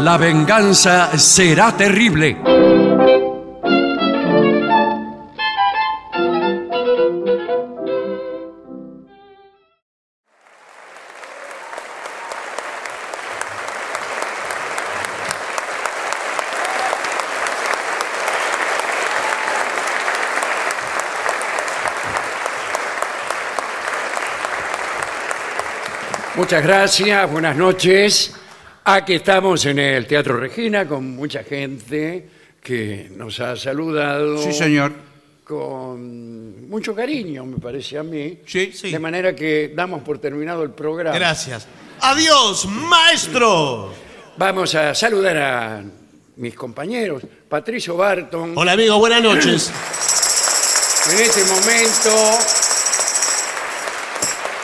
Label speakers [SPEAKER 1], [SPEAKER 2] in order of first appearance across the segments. [SPEAKER 1] La venganza será terrible.
[SPEAKER 2] Muchas gracias, buenas noches. Aquí estamos en el Teatro Regina con mucha gente que nos ha saludado.
[SPEAKER 3] Sí, señor.
[SPEAKER 2] Con mucho cariño, me parece a mí.
[SPEAKER 3] Sí.
[SPEAKER 4] Sí.
[SPEAKER 2] De manera que damos por terminado el programa.
[SPEAKER 4] Gracias. Adiós, maestro.
[SPEAKER 2] Vamos a saludar a mis compañeros. Patricio Barton,
[SPEAKER 4] Hola, amigo, buenas noches.
[SPEAKER 2] en este momento.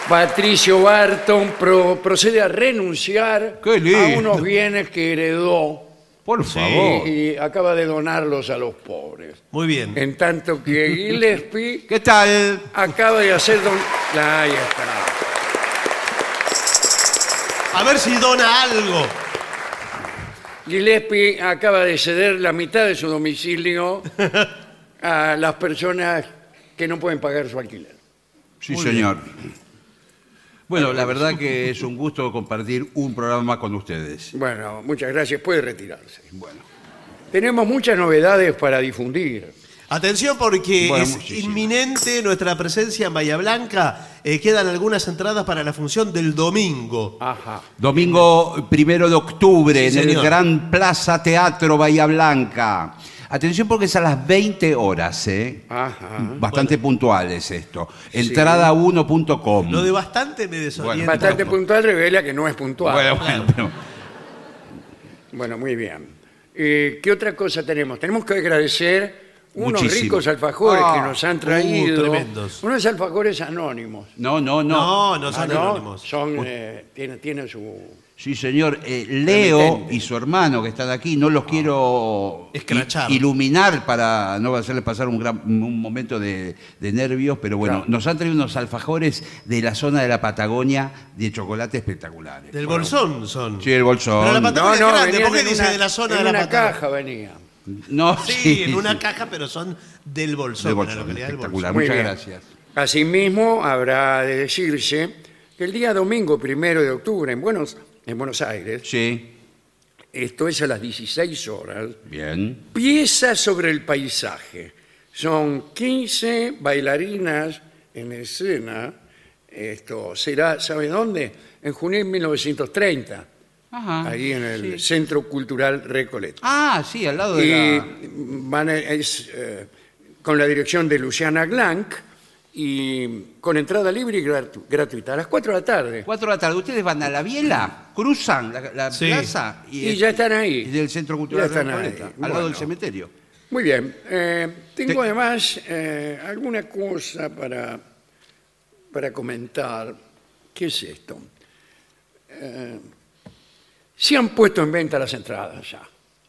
[SPEAKER 2] Patricio Barton pro- procede a renunciar
[SPEAKER 3] Qué lindo.
[SPEAKER 2] a unos bienes que heredó
[SPEAKER 3] Por favor.
[SPEAKER 2] y acaba de donarlos a los pobres.
[SPEAKER 4] Muy
[SPEAKER 3] Eh.
[SPEAKER 4] bien.
[SPEAKER 2] En tanto que Gillespie
[SPEAKER 3] ¿Qué tal?
[SPEAKER 2] acaba de hacer don... La, ahí está.
[SPEAKER 4] A ver si dona algo.
[SPEAKER 2] Gillespie acaba de ceder la mitad de su domicilio a las personas que no pueden pagar su alquiler.
[SPEAKER 3] Sí, señor. Bueno, la verdad que es un gusto compartir un programa con ustedes.
[SPEAKER 2] Bueno, muchas gracias. Puede retirarse.
[SPEAKER 3] Bueno,
[SPEAKER 2] Tenemos muchas novedades para difundir.
[SPEAKER 4] Atención porque
[SPEAKER 3] Bueno,
[SPEAKER 4] es
[SPEAKER 3] muchísimo.
[SPEAKER 4] inminente nuestra presencia en Bahía Blanca. Eh, quedan algunas entradas para la función del domingo.
[SPEAKER 2] Ajá.
[SPEAKER 3] domingo primero de octubre
[SPEAKER 4] Sí,
[SPEAKER 3] en el
[SPEAKER 4] señor.
[SPEAKER 3] Gran Plaza Teatro Bahía Blanca. Atención porque es a las 20 horas, ¿eh?
[SPEAKER 2] Ajá.
[SPEAKER 3] Bastante puntuales esto. Entrada1.com.
[SPEAKER 4] Lo de bastante me desorienta.
[SPEAKER 2] Bastante puntual revela que no es puntual.
[SPEAKER 3] Bueno,
[SPEAKER 2] Bueno,
[SPEAKER 3] bueno, pero-
[SPEAKER 2] muy bien. Eh, ¿Qué otra cosa tenemos? Tenemos que agradecer unos
[SPEAKER 3] Muchísimo.
[SPEAKER 2] ricos alfajores
[SPEAKER 3] Ah,
[SPEAKER 2] que nos han
[SPEAKER 4] uh,
[SPEAKER 2] traído.
[SPEAKER 4] tremendos.
[SPEAKER 2] Unos alfajores anónimos.
[SPEAKER 3] No, no, no.
[SPEAKER 4] No, no
[SPEAKER 2] Ah,
[SPEAKER 4] son
[SPEAKER 2] ¿no?
[SPEAKER 4] anónimos.
[SPEAKER 2] Son, eh, tiene, tiene su...
[SPEAKER 3] Sí, señor. Eh, Leo
[SPEAKER 2] Remitente.
[SPEAKER 3] y su hermano que están aquí, no los quiero
[SPEAKER 4] Ah. Escrachar.
[SPEAKER 3] i- iluminar para no hacerles pasar un, gran, un momento de, de nervios, pero bueno,
[SPEAKER 2] Claro.
[SPEAKER 3] nos han traído unos alfajores de la zona de la Patagonia de chocolate espectaculares.
[SPEAKER 4] Del bolsón son.
[SPEAKER 3] Sí, el bolsón.
[SPEAKER 4] Pero la
[SPEAKER 3] No,
[SPEAKER 4] Patagonia es grande.
[SPEAKER 2] venían
[SPEAKER 4] ¿Por qué
[SPEAKER 2] en
[SPEAKER 4] dice
[SPEAKER 2] una-
[SPEAKER 4] de la zona
[SPEAKER 2] en
[SPEAKER 4] de la
[SPEAKER 2] una
[SPEAKER 4] Patagonia?
[SPEAKER 2] caja venía.
[SPEAKER 3] No,
[SPEAKER 4] Sí, en una caja, pero son del bolsón. de la
[SPEAKER 3] Del bolsón,
[SPEAKER 4] localidad del
[SPEAKER 3] espectacular.
[SPEAKER 4] bolsón.
[SPEAKER 3] Ah, Muchas gracias.
[SPEAKER 2] Asimismo, habrá de decirse que el día domingo primero de octubre en Buenos, en Buenos Aires,
[SPEAKER 3] Sí,
[SPEAKER 2] esto es a las 16 horas,
[SPEAKER 3] bien.
[SPEAKER 2] piezas sobre el paisaje. Son 15 bailarinas en escena. Esto será, ¿sabe dónde? En junio de 1930,
[SPEAKER 3] Ajá.
[SPEAKER 2] ahí en el Centro Cultural Recoleta.
[SPEAKER 3] Ah, sí, al lado de
[SPEAKER 2] y
[SPEAKER 3] la...
[SPEAKER 2] van a- es, eh, con la dirección de Luciana Glank y con entrada libre y gratu- gratuita a las 4 de la tarde.
[SPEAKER 3] Cuatro de la tarde. Ustedes van a la biela, cruzan la, la
[SPEAKER 4] Sí.
[SPEAKER 3] plaza y,
[SPEAKER 2] Y ya están
[SPEAKER 3] y
[SPEAKER 2] ahí.
[SPEAKER 3] del Centro
[SPEAKER 2] Ya
[SPEAKER 3] Cultural de
[SPEAKER 2] están ahí.
[SPEAKER 3] Recoleta, al lado
[SPEAKER 2] Bueno.
[SPEAKER 3] del cementerio.
[SPEAKER 2] Muy bien. eh, tengo
[SPEAKER 3] Te-
[SPEAKER 2] además eh, alguna cosa para, para comentar. ¿Qué es esto? Eh, se han puesto en venta las entradas ya,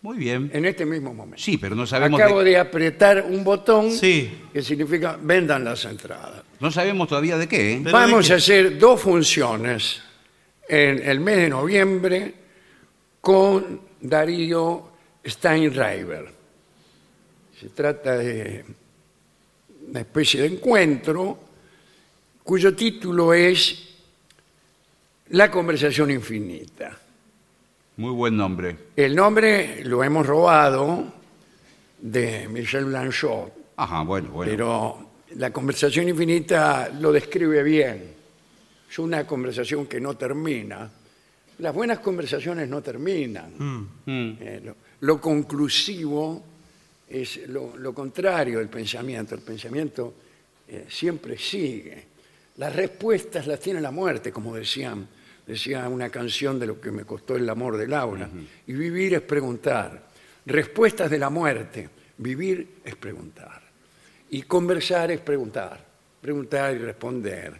[SPEAKER 3] Muy bien.
[SPEAKER 2] en este mismo momento.
[SPEAKER 3] Sí, pero no sabemos,
[SPEAKER 2] Acabo
[SPEAKER 3] de-
[SPEAKER 2] de apretar un botón
[SPEAKER 4] Sí.
[SPEAKER 2] que significa vendan las entradas.
[SPEAKER 3] no sabemos todavía de qué. ¿eh?
[SPEAKER 4] Pero
[SPEAKER 2] Vamos
[SPEAKER 4] de qué-
[SPEAKER 2] a hacer dos funciones en el mes de noviembre con Darío Steinreiber. Se trata de una especie de encuentro cuyo título es La conversación infinita.
[SPEAKER 3] Muy buen nombre.
[SPEAKER 2] El nombre lo hemos robado de Michel Blanchot,
[SPEAKER 3] Ajá, bueno, bueno.
[SPEAKER 2] pero la conversación infinita lo describe bien. Es una conversación que no termina. Las buenas conversaciones no terminan.
[SPEAKER 3] Mm,
[SPEAKER 2] Eh, lo, lo conclusivo es lo, lo contrario del pensamiento. El pensamiento eh, siempre sigue. Las respuestas las tiene la muerte, como decían. Decía una canción de lo que me costó el amor de Laura. Y vivir es preguntar. Respuestas de la muerte. Vivir es preguntar. Y conversar es preguntar. Preguntar y responder.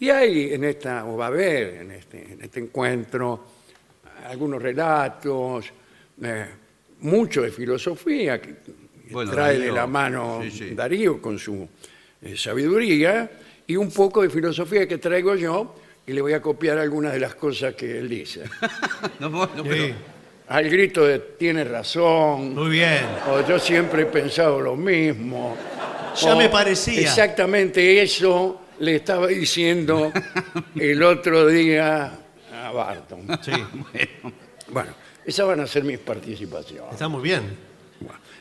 [SPEAKER 2] Y hay en esta, o va a haber en este, en este encuentro, algunos relatos, eh, mucho de filosofía que que
[SPEAKER 3] Bueno,
[SPEAKER 2] trae de
[SPEAKER 3] Darío,
[SPEAKER 2] la mano
[SPEAKER 3] sí, sí.
[SPEAKER 2] Darío con su eh, sabiduría y un poco de filosofía que traigo yo y le voy a copiar algunas de las cosas que él dice.
[SPEAKER 3] No, bueno,
[SPEAKER 4] Sí.
[SPEAKER 3] pero-
[SPEAKER 2] al grito de tiene razón,
[SPEAKER 4] Muy bien.
[SPEAKER 2] o yo siempre he pensado lo mismo.
[SPEAKER 4] Ya
[SPEAKER 2] o
[SPEAKER 4] me parecía.
[SPEAKER 2] Exactamente eso le estaba diciendo el otro día a Barton.
[SPEAKER 4] Sí.
[SPEAKER 2] Bueno, esas van a ser mis participaciones.
[SPEAKER 4] Está muy bien.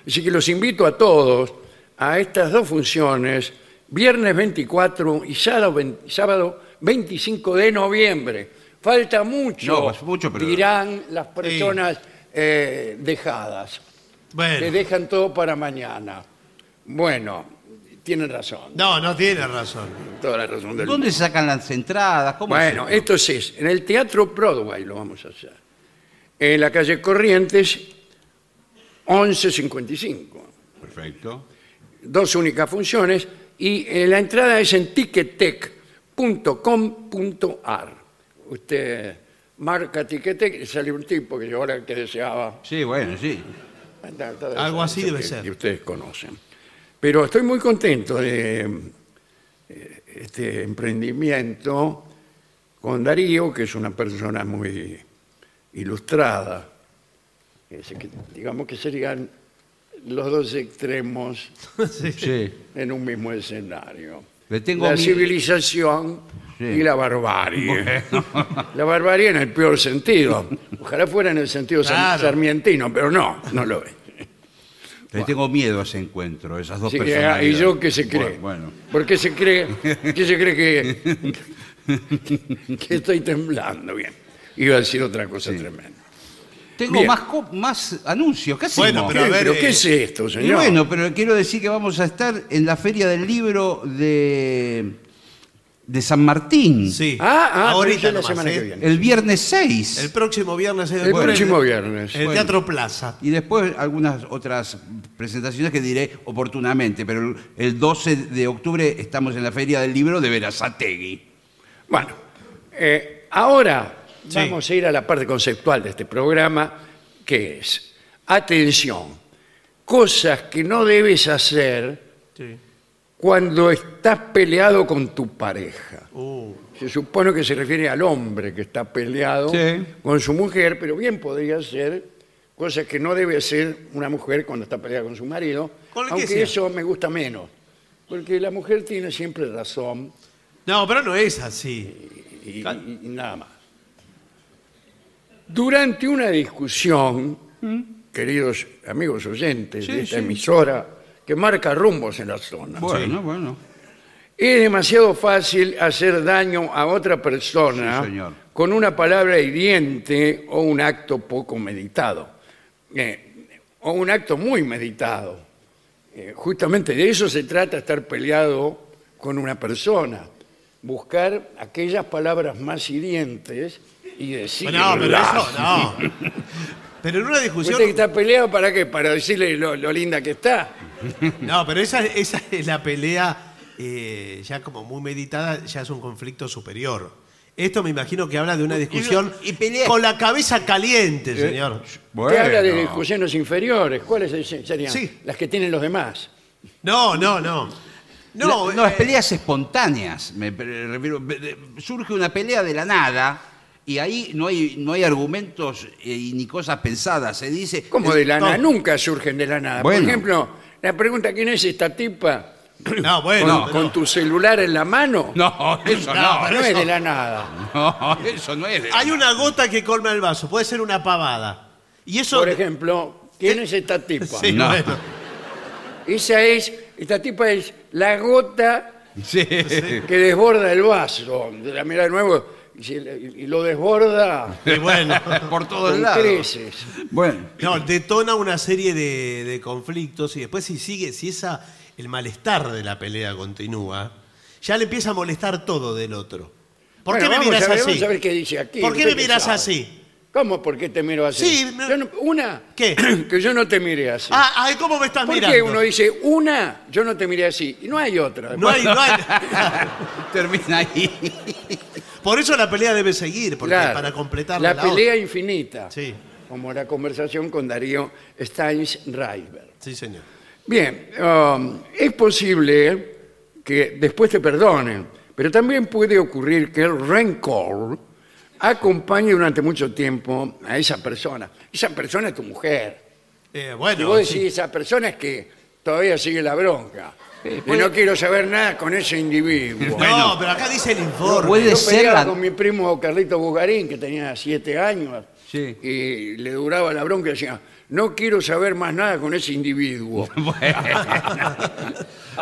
[SPEAKER 2] Así que los invito a todos a estas dos funciones, viernes 24 y sábado, vein- sábado 25 de noviembre. Falta mucho,
[SPEAKER 3] No, es mucho, pero-
[SPEAKER 2] dirán las personas eh, dejadas. Le
[SPEAKER 4] Bueno.
[SPEAKER 2] dejan todo para mañana. Bueno, tienen razón,
[SPEAKER 4] No, no tiene razón.
[SPEAKER 2] toda la razón del mundo.
[SPEAKER 3] ¿Dónde se sacan las entradas? ¿Cómo
[SPEAKER 2] Bueno,
[SPEAKER 3] es?
[SPEAKER 2] esto es, en el Teatro Broadway lo vamos a hacer. En la calle Corrientes, 1155.
[SPEAKER 3] Perfecto.
[SPEAKER 2] dos únicas funciones y eh, la entrada es en ticketek.com.ar. Usted marca Ticketek y sale un tipo que yo ahora que deseaba.
[SPEAKER 3] Sí, bueno, sí.
[SPEAKER 4] Algo así debe
[SPEAKER 2] Que-
[SPEAKER 4] ser.
[SPEAKER 2] Que ustedes conocen. Pero estoy muy contento de eh, este emprendimiento con Darío, que es una persona muy ilustrada. Es que, digamos que serían los dos extremos
[SPEAKER 3] Sí.
[SPEAKER 2] en un mismo escenario.
[SPEAKER 3] Le tengo
[SPEAKER 2] la
[SPEAKER 3] mi-
[SPEAKER 2] civilización
[SPEAKER 3] Sí.
[SPEAKER 2] y la barbarie. La barbarie en el peor sentido. Ojalá fuera en el sentido sar-
[SPEAKER 4] Claro.
[SPEAKER 2] sarmientino, pero no, no lo es.
[SPEAKER 3] Le tengo miedo a ese encuentro, esas dos
[SPEAKER 2] Así que, ah,
[SPEAKER 3] personas.
[SPEAKER 2] ¿Y yo qué se cree?
[SPEAKER 3] Bueno,
[SPEAKER 2] Porque se cree, ¿qué se cree que, que estoy temblando? Bien, iba a decir otra cosa tremenda.
[SPEAKER 3] bueno. Tengo
[SPEAKER 2] Bien.
[SPEAKER 3] más, co- más anuncios. ¿Qué hacemos?
[SPEAKER 4] Bueno,
[SPEAKER 2] Pero,
[SPEAKER 4] Pero a ver,
[SPEAKER 2] ¿qué
[SPEAKER 4] eh,
[SPEAKER 2] es esto,
[SPEAKER 3] Y
[SPEAKER 2] señor?
[SPEAKER 3] bueno, pero quiero decir que vamos a estar en la Feria del Libro de, de San Martín.
[SPEAKER 4] Sí.
[SPEAKER 2] Ah, ah, pero es la
[SPEAKER 4] nomás,
[SPEAKER 2] semana
[SPEAKER 4] ¿eh?
[SPEAKER 2] que viene.
[SPEAKER 3] El viernes 6.
[SPEAKER 4] El próximo viernes.
[SPEAKER 2] El
[SPEAKER 4] eh,
[SPEAKER 2] próximo viernes.
[SPEAKER 4] El Teatro Plaza.
[SPEAKER 3] Y después algunas otras presentaciones que diré oportunamente, pero el 12 de octubre estamos en la Feria del Libro de Verazategui.
[SPEAKER 2] Bueno, eh, ahora
[SPEAKER 4] Sí.
[SPEAKER 2] vamos a ir a la parte conceptual de este programa, que es, atención, cosas que no debes hacer
[SPEAKER 4] Sí.
[SPEAKER 2] cuando estás peleado con tu pareja.
[SPEAKER 4] Uh,
[SPEAKER 2] Se supone que se refiere al hombre que está peleado
[SPEAKER 3] Sí.
[SPEAKER 2] con su mujer, pero bien podría ser cosas que no debe hacer una mujer cuando está peleada con su marido,
[SPEAKER 4] Con el que
[SPEAKER 2] aunque
[SPEAKER 4] sea.
[SPEAKER 2] eso me gusta menos, porque la mujer tiene siempre razón
[SPEAKER 4] No, pero no es así.
[SPEAKER 2] y, y- y nada más. Durante una discusión, queridos amigos oyentes de esta emisora, que marca rumbos en la zona,
[SPEAKER 3] Bueno, bueno.
[SPEAKER 2] es demasiado fácil hacer daño a otra persona
[SPEAKER 3] Sí, señor.
[SPEAKER 2] con una palabra hiriente o un acto poco meditado, eh, o un acto muy meditado. Eh, justamente de eso se trata estar peleado con una persona, buscar aquellas palabras más hirientes y decir...
[SPEAKER 4] no, pero eso no. Pero en una discusión.
[SPEAKER 2] ¿Usted que está peleado para qué? ¿Para decirle lo- lo linda que está?
[SPEAKER 4] No, pero esa, esa es la pelea eh, ya como muy meditada, ya es un conflicto superior. Esto me imagino que habla de una discusión
[SPEAKER 3] y pelea-
[SPEAKER 4] con la cabeza
[SPEAKER 2] Eh,
[SPEAKER 4] caliente, señor.
[SPEAKER 2] Usted habla de
[SPEAKER 3] Bueno.
[SPEAKER 2] discusiones inferiores. ¿Cuáles se- serían?
[SPEAKER 4] Sí.
[SPEAKER 2] Las que tienen los demás.
[SPEAKER 4] No, no, no. No,
[SPEAKER 3] La- no, las
[SPEAKER 4] eh,
[SPEAKER 3] peleas espontáneas, me pre- refiero. Be- de- Surge una pelea de la nada y ahí no hay, no hay argumentos eh, y ni cosas pensadas. Se dice.
[SPEAKER 2] Como de la
[SPEAKER 4] no.
[SPEAKER 2] nada, nunca surgen de la nada.
[SPEAKER 3] Bueno.
[SPEAKER 2] Por ejemplo, la pregunta ¿quién es esta tipa
[SPEAKER 4] No,
[SPEAKER 2] con,
[SPEAKER 4] bueno. pero-
[SPEAKER 2] con tu celular en la mano?
[SPEAKER 3] No, eso
[SPEAKER 4] No,
[SPEAKER 3] no.
[SPEAKER 2] no es de la nada.
[SPEAKER 3] No, eso no es. de-
[SPEAKER 4] Hay una gota que colma el vaso, puede ser una pavada. Y eso.
[SPEAKER 2] Por ejemplo, ¿quién es esta tipa?
[SPEAKER 4] Sí,
[SPEAKER 3] No.
[SPEAKER 4] bueno.
[SPEAKER 2] Esa es, esta tipa es la gota
[SPEAKER 3] Sí.
[SPEAKER 2] que desborda el vaso. La mira de nuevo y se- y lo desborda
[SPEAKER 4] Y bueno.
[SPEAKER 3] Por todos
[SPEAKER 2] con
[SPEAKER 3] lados.
[SPEAKER 2] creces.
[SPEAKER 3] Bueno.
[SPEAKER 4] No, detona una serie de, de conflictos y después si sigue, si esa el malestar de la pelea continúa, ya le empieza a molestar todo del otro. ¿Por
[SPEAKER 2] Bueno,
[SPEAKER 4] qué me
[SPEAKER 2] vamos
[SPEAKER 4] miras
[SPEAKER 2] a ver,
[SPEAKER 4] así?
[SPEAKER 2] vamos a ver qué dice aquí.
[SPEAKER 4] ¿Por qué
[SPEAKER 2] Usted
[SPEAKER 4] me
[SPEAKER 2] que
[SPEAKER 4] miras
[SPEAKER 2] sabe.
[SPEAKER 4] así?
[SPEAKER 2] ¿Cómo? ¿Por qué te miro así?
[SPEAKER 4] Sí, me-
[SPEAKER 2] Yo no- una,
[SPEAKER 4] ¿Qué?
[SPEAKER 2] que yo no te mire así.
[SPEAKER 4] Ah, ay, ¿cómo me estás
[SPEAKER 2] ¿Por
[SPEAKER 4] mirando?
[SPEAKER 2] qué uno dice una, yo no te miré así? Y no hay otra.
[SPEAKER 4] No hay, no hay-
[SPEAKER 3] Termina ahí.
[SPEAKER 4] Por eso la pelea debe seguir, porque
[SPEAKER 2] Claro.
[SPEAKER 4] para completar
[SPEAKER 2] la,
[SPEAKER 4] la,
[SPEAKER 2] pelea
[SPEAKER 4] otra.
[SPEAKER 2] infinita.
[SPEAKER 4] Sí.
[SPEAKER 2] Como la conversación con Darío Steins-Reiber.
[SPEAKER 4] Sí, señor.
[SPEAKER 2] Bien, um, es posible que después te perdonen, pero también puede ocurrir que el rencor acompañe durante mucho tiempo a esa persona. Esa persona es tu mujer. Y
[SPEAKER 4] Eh,
[SPEAKER 2] vos
[SPEAKER 4] bueno,
[SPEAKER 2] decís,
[SPEAKER 4] sí.
[SPEAKER 2] esa persona es que todavía sigue la bronca. y
[SPEAKER 3] puede-
[SPEAKER 2] no quiero saber nada con ese individuo.
[SPEAKER 3] Bueno.
[SPEAKER 4] No, pero acá dice el informe.
[SPEAKER 3] Puede
[SPEAKER 2] Yo
[SPEAKER 3] ser
[SPEAKER 2] peleaba
[SPEAKER 3] la-
[SPEAKER 2] con mi primo Carlito Bugarín, que tenía siete años,
[SPEAKER 3] Sí.
[SPEAKER 2] y le duraba la bronca y decía, no quiero saber más nada con ese individuo.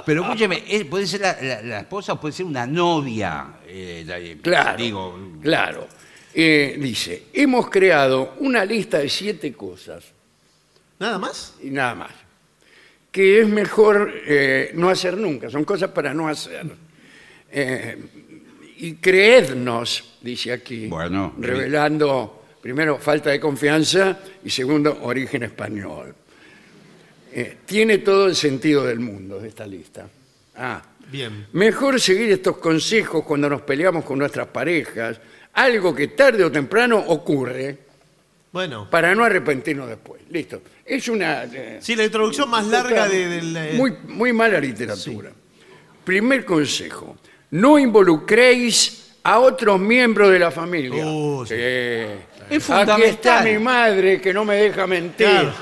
[SPEAKER 3] Pero escúcheme, eh, puede ser la, la- la esposa o puede ser una novia. eh, la-
[SPEAKER 2] Claro,
[SPEAKER 3] Digo,
[SPEAKER 2] claro. Eh, dice, hemos creado una lista de siete cosas,
[SPEAKER 4] ¿Nada más?
[SPEAKER 2] y nada más, que es mejor eh, no hacer nunca, son cosas para no hacer. Eh, y creednos, dice aquí,
[SPEAKER 3] Bueno,
[SPEAKER 2] revelando primero falta de confianza y segundo origen español. Eh, tiene todo el sentido del mundo esta lista. Ah,
[SPEAKER 4] Bien.
[SPEAKER 2] Mejor seguir estos consejos cuando nos peleamos con nuestras parejas, algo que tarde o temprano ocurre,
[SPEAKER 4] Bueno.
[SPEAKER 2] para no arrepentirnos después. Listo. Es una eh,
[SPEAKER 4] Sí, la introducción más larga de- del. eh,
[SPEAKER 2] muy, muy mala literatura. Primer consejo, no involucréis a otros miembros de la familia.
[SPEAKER 4] Oh, sí.
[SPEAKER 2] Eh,
[SPEAKER 3] Es
[SPEAKER 2] Aquí está
[SPEAKER 3] fundamental.
[SPEAKER 2] mi madre que no me deja mentir.
[SPEAKER 4] Claro.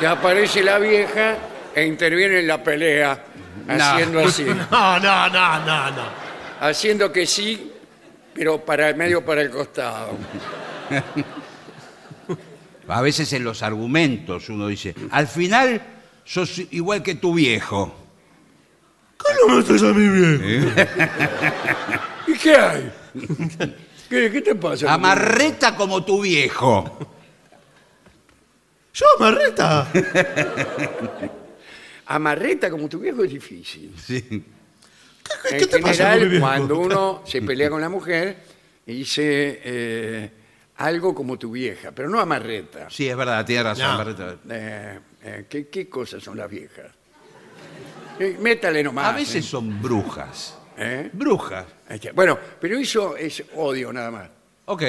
[SPEAKER 2] Y aparece la vieja e interviene en la pelea
[SPEAKER 3] No.
[SPEAKER 2] haciendo así.
[SPEAKER 4] No, no, no, no, no.
[SPEAKER 2] haciendo que sí, pero para el medio para el costado.
[SPEAKER 3] a veces en los argumentos uno dice, al final sos igual que tu viejo.
[SPEAKER 4] ¿Cómo me estás a mi
[SPEAKER 2] ¿Eh?
[SPEAKER 4] viejo?
[SPEAKER 2] ¿Y qué hay? ¿Qué, qué te pasa?
[SPEAKER 3] Amarreta como tu viejo.
[SPEAKER 4] Yo, Marreta.
[SPEAKER 2] Amarreta como tu viejo es difícil.
[SPEAKER 3] Sí.
[SPEAKER 4] ¿Qué, qué
[SPEAKER 2] En
[SPEAKER 4] te pasa con mi
[SPEAKER 2] general,
[SPEAKER 4] viejo?
[SPEAKER 2] cuando uno se pelea con la mujer y dice eh, algo como tu vieja, pero no amarreta.
[SPEAKER 3] Sí, es verdad, tiene razón.
[SPEAKER 4] No.
[SPEAKER 3] amarreta.
[SPEAKER 2] Eh, eh, ¿qué, qué cosas son las viejas? Eh, métale nomás.
[SPEAKER 3] A veces son brujas.
[SPEAKER 2] ¿eh?
[SPEAKER 3] Brujas.
[SPEAKER 2] Ahí está. Bueno, pero eso es odio nada más.
[SPEAKER 3] Ok.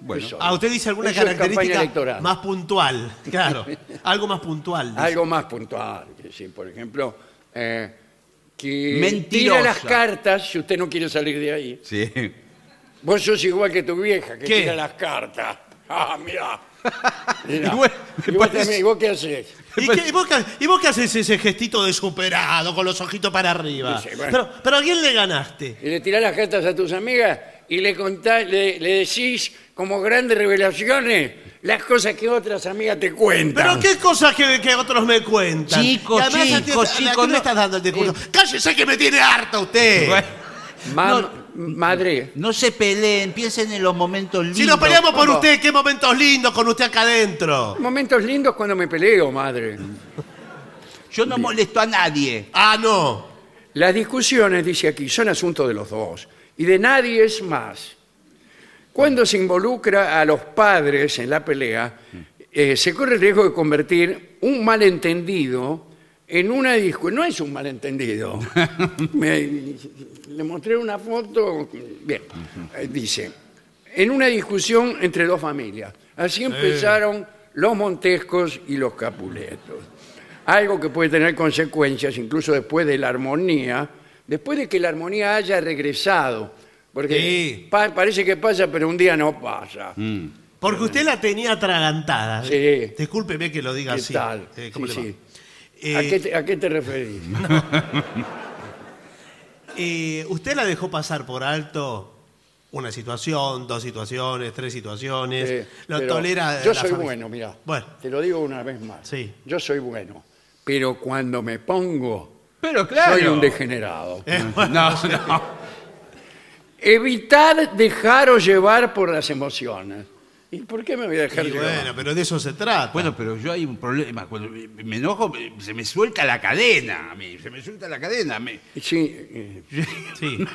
[SPEAKER 3] Bueno.
[SPEAKER 2] Eso.
[SPEAKER 4] Ah, usted dice alguna
[SPEAKER 2] Eso es campaña
[SPEAKER 4] característica
[SPEAKER 2] electoral.
[SPEAKER 4] más puntual. Claro. Algo más puntual. dice.
[SPEAKER 2] Algo más puntual. que sí, por ejemplo, eh, que
[SPEAKER 3] Mentirosa.
[SPEAKER 2] tira las cartas si usted no quiere salir de ahí.
[SPEAKER 3] Sí.
[SPEAKER 2] Vos sos igual que tu vieja que
[SPEAKER 4] ¿Qué?
[SPEAKER 2] tira las cartas. Ah, mirá.
[SPEAKER 3] Y
[SPEAKER 2] Mirá.
[SPEAKER 3] bueno,
[SPEAKER 2] ¿Y,
[SPEAKER 3] me
[SPEAKER 2] vos
[SPEAKER 3] parece-
[SPEAKER 2] también, ¿y vos qué haces?
[SPEAKER 4] ¿Y, qué- y vos, qué- y vos qué haces ese gestito de superado con los ojitos para arriba?
[SPEAKER 2] Sí, sí, bueno.
[SPEAKER 4] pero, pero ¿a quién le ganaste?
[SPEAKER 2] Y le tirás las cartas a tus amigas y le contás, le, le decís como grandes revelaciones las cosas que otras amigas te
[SPEAKER 4] Pero
[SPEAKER 2] cuentan.
[SPEAKER 4] qué cosas que, que otros me cuentan.
[SPEAKER 3] Chicos,
[SPEAKER 4] Y además, a ti-
[SPEAKER 3] chicos,
[SPEAKER 4] a- a-
[SPEAKER 3] chicos,
[SPEAKER 4] ¿a quién
[SPEAKER 3] no.
[SPEAKER 4] le estás dando el discurso? Cállese que me tiene harta usted.
[SPEAKER 3] Bueno,
[SPEAKER 2] Ma-
[SPEAKER 3] No.
[SPEAKER 2] Madre,
[SPEAKER 3] No se peleen, piensen en los momentos lindos.
[SPEAKER 4] si nos peleamos por
[SPEAKER 2] ¿cómo?
[SPEAKER 4] usted, qué momentos lindos con usted acá adentro.
[SPEAKER 2] momentos lindos cuando me peleo, madre.
[SPEAKER 3] Yo no molesto a nadie.
[SPEAKER 4] Ah, no.
[SPEAKER 2] Las discusiones, dice aquí, son asunto de los dos y de nadie es más. Cuando se involucra a los padres en la pelea, eh, se corre el riesgo de convertir un malentendido en una discusión. No es un malentendido. Me- le mostré una foto. Bien, eh, dice, en una discusión entre dos familias. Así empezaron los Montescos y los Capuletos algo que puede tener consecuencias incluso después de la armonía, después de que la armonía haya regresado, porque
[SPEAKER 4] Sí.
[SPEAKER 2] pa- parece que pasa, pero un día no pasa.
[SPEAKER 4] Mm. Porque usted la tenía atragantada.
[SPEAKER 2] Sí.
[SPEAKER 4] Discúlpeme que lo diga
[SPEAKER 2] ¿Qué
[SPEAKER 4] así.
[SPEAKER 2] tal?
[SPEAKER 4] Eh, ¿Cómo
[SPEAKER 2] Sí,
[SPEAKER 4] le va?
[SPEAKER 2] sí.
[SPEAKER 4] Eh,
[SPEAKER 2] ¿A, qué te, a qué te referís?
[SPEAKER 4] eh, usted la dejó pasar por alto una situación, dos situaciones, tres situaciones.
[SPEAKER 2] Eh,
[SPEAKER 4] lo
[SPEAKER 2] pero
[SPEAKER 4] tolera.
[SPEAKER 2] Yo
[SPEAKER 4] la
[SPEAKER 2] soy
[SPEAKER 4] familia.
[SPEAKER 2] bueno, mira.
[SPEAKER 4] Bueno.
[SPEAKER 2] Te lo digo una vez más.
[SPEAKER 4] Sí.
[SPEAKER 2] Yo soy bueno, pero cuando me pongo,
[SPEAKER 3] Pero claro.
[SPEAKER 2] soy un degenerado.
[SPEAKER 4] Eh,
[SPEAKER 3] No, no.
[SPEAKER 2] Evitar dejaros llevar por las emociones. ¿Y por qué me voy a dejar
[SPEAKER 4] y
[SPEAKER 2] llevar?
[SPEAKER 4] bueno, pero de eso se trata.
[SPEAKER 3] Bueno, pero yo hay un problema. Cuando me me enojo, me- se me suelta la cadena. A mí, se me suelta la cadena. Me,
[SPEAKER 2] Sí, eh,
[SPEAKER 4] sí.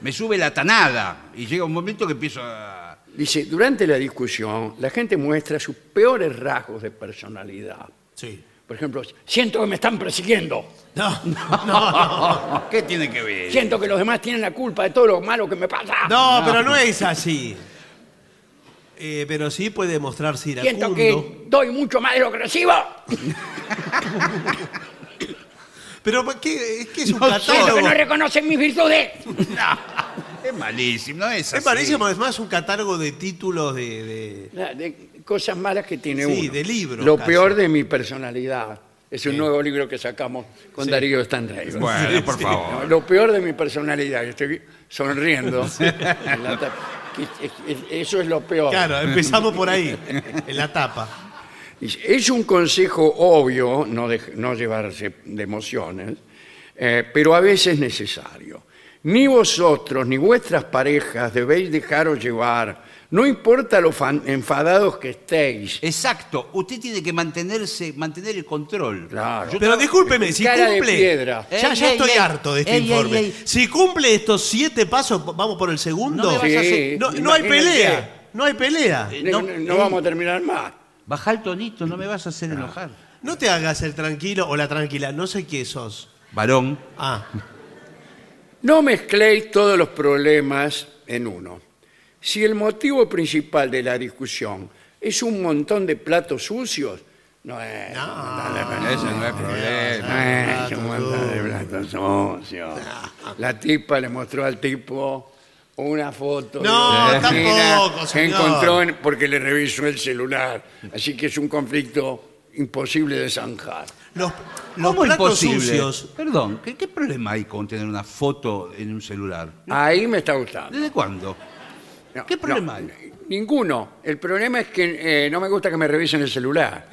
[SPEAKER 3] me sube la tanada. Y llega un momento que empiezo a.
[SPEAKER 2] Dice, durante la discusión, la gente muestra sus peores rasgos de personalidad.
[SPEAKER 4] sí.
[SPEAKER 2] Por ejemplo, siento que me están persiguiendo,
[SPEAKER 4] No, no, no.
[SPEAKER 3] ¿Qué tiene que ver?
[SPEAKER 2] Eh, siento que los demás tienen la culpa de todo lo malo que me pasa,
[SPEAKER 4] No, pero no es así. Eh, pero sí puede mostrarse
[SPEAKER 2] siento
[SPEAKER 4] iracundo.
[SPEAKER 2] que doy mucho más de lo que recibo,
[SPEAKER 4] Pero ¿por ¿qué, es que es un
[SPEAKER 3] No,
[SPEAKER 2] siento
[SPEAKER 4] catálogo.
[SPEAKER 2] que no reconocen mis virtudes.
[SPEAKER 3] No, es Es malísimo, no es así.
[SPEAKER 4] Es malísimo, es más un catálogo de títulos de. de-
[SPEAKER 2] La- Ah, de cosas malas que tiene
[SPEAKER 4] Sí,
[SPEAKER 2] uno.
[SPEAKER 4] de libros,
[SPEAKER 2] Lo
[SPEAKER 4] casi.
[SPEAKER 2] peor de mi personalidad. Es un nuevo libro que sacamos con Darío Stanrey.
[SPEAKER 3] Bueno, por
[SPEAKER 4] sí.
[SPEAKER 3] favor.
[SPEAKER 2] Lo peor de mi personalidad, estoy sonriendo. en la tapa. Que es- es- Eso es lo peor.
[SPEAKER 3] Oh.
[SPEAKER 4] Claro, empezamos por ahí, en la tapa.
[SPEAKER 2] Dice, Es un consejo obvio no, dej- no llevarse de emociones, eh, pero a veces necesario. Ni vosotros ni vuestras parejas debéis dejaros llevar, no importa lo fan- enfadados que estéis.
[SPEAKER 3] Exacto, usted tiene que mantenerse, mantener el control.
[SPEAKER 2] Claro.
[SPEAKER 3] Yo-
[SPEAKER 4] Pero discúlpeme, si
[SPEAKER 2] Cara de
[SPEAKER 4] cumple.
[SPEAKER 2] piedra.
[SPEAKER 4] Ya, ya
[SPEAKER 3] Ey,
[SPEAKER 4] estoy
[SPEAKER 3] ey, ey.
[SPEAKER 4] harto de este
[SPEAKER 3] Ey, ey,
[SPEAKER 4] informe.
[SPEAKER 3] ey.
[SPEAKER 4] Si cumple estos siete pasos, vamos por el
[SPEAKER 3] No
[SPEAKER 4] segundo.
[SPEAKER 3] me vayas a hacer-
[SPEAKER 4] No, no hay
[SPEAKER 2] imagínate,
[SPEAKER 4] pelea, no hay pelea.
[SPEAKER 2] No,
[SPEAKER 3] eh, no-
[SPEAKER 2] no vamos a terminar más.
[SPEAKER 3] Baja el tonito, no me vas a hacer
[SPEAKER 4] Ah.
[SPEAKER 3] enojar.
[SPEAKER 4] No te hagas el tranquilo o la tranquila, no sé qué sos.
[SPEAKER 3] Varón.
[SPEAKER 4] Ah,
[SPEAKER 2] No mezcléis todos los problemas en uno. Si el motivo principal de la discusión es un montón de platos sucios, no es.
[SPEAKER 3] Ese no es problema.
[SPEAKER 2] Ah, un montón de platos sucios. La tipa le mostró al tipo una foto. de
[SPEAKER 4] No,
[SPEAKER 2] la vecina
[SPEAKER 4] tampoco,
[SPEAKER 2] que
[SPEAKER 4] señor.
[SPEAKER 2] encontró en- porque le revisó el celular. Así que es un conflicto imposible de zanjar.
[SPEAKER 4] los, los
[SPEAKER 3] ¿Cómo
[SPEAKER 4] platos
[SPEAKER 3] imposible?
[SPEAKER 4] sucios.
[SPEAKER 3] Perdón, ¿qué, qué problema hay con tener una foto en un celular?
[SPEAKER 2] Ahí me está gustando.
[SPEAKER 3] ¿Desde cuándo?
[SPEAKER 2] No,
[SPEAKER 3] ¿Qué problema
[SPEAKER 2] no,
[SPEAKER 3] hay?
[SPEAKER 2] ninguno. El problema es que eh, no me gusta que me revisen el celular.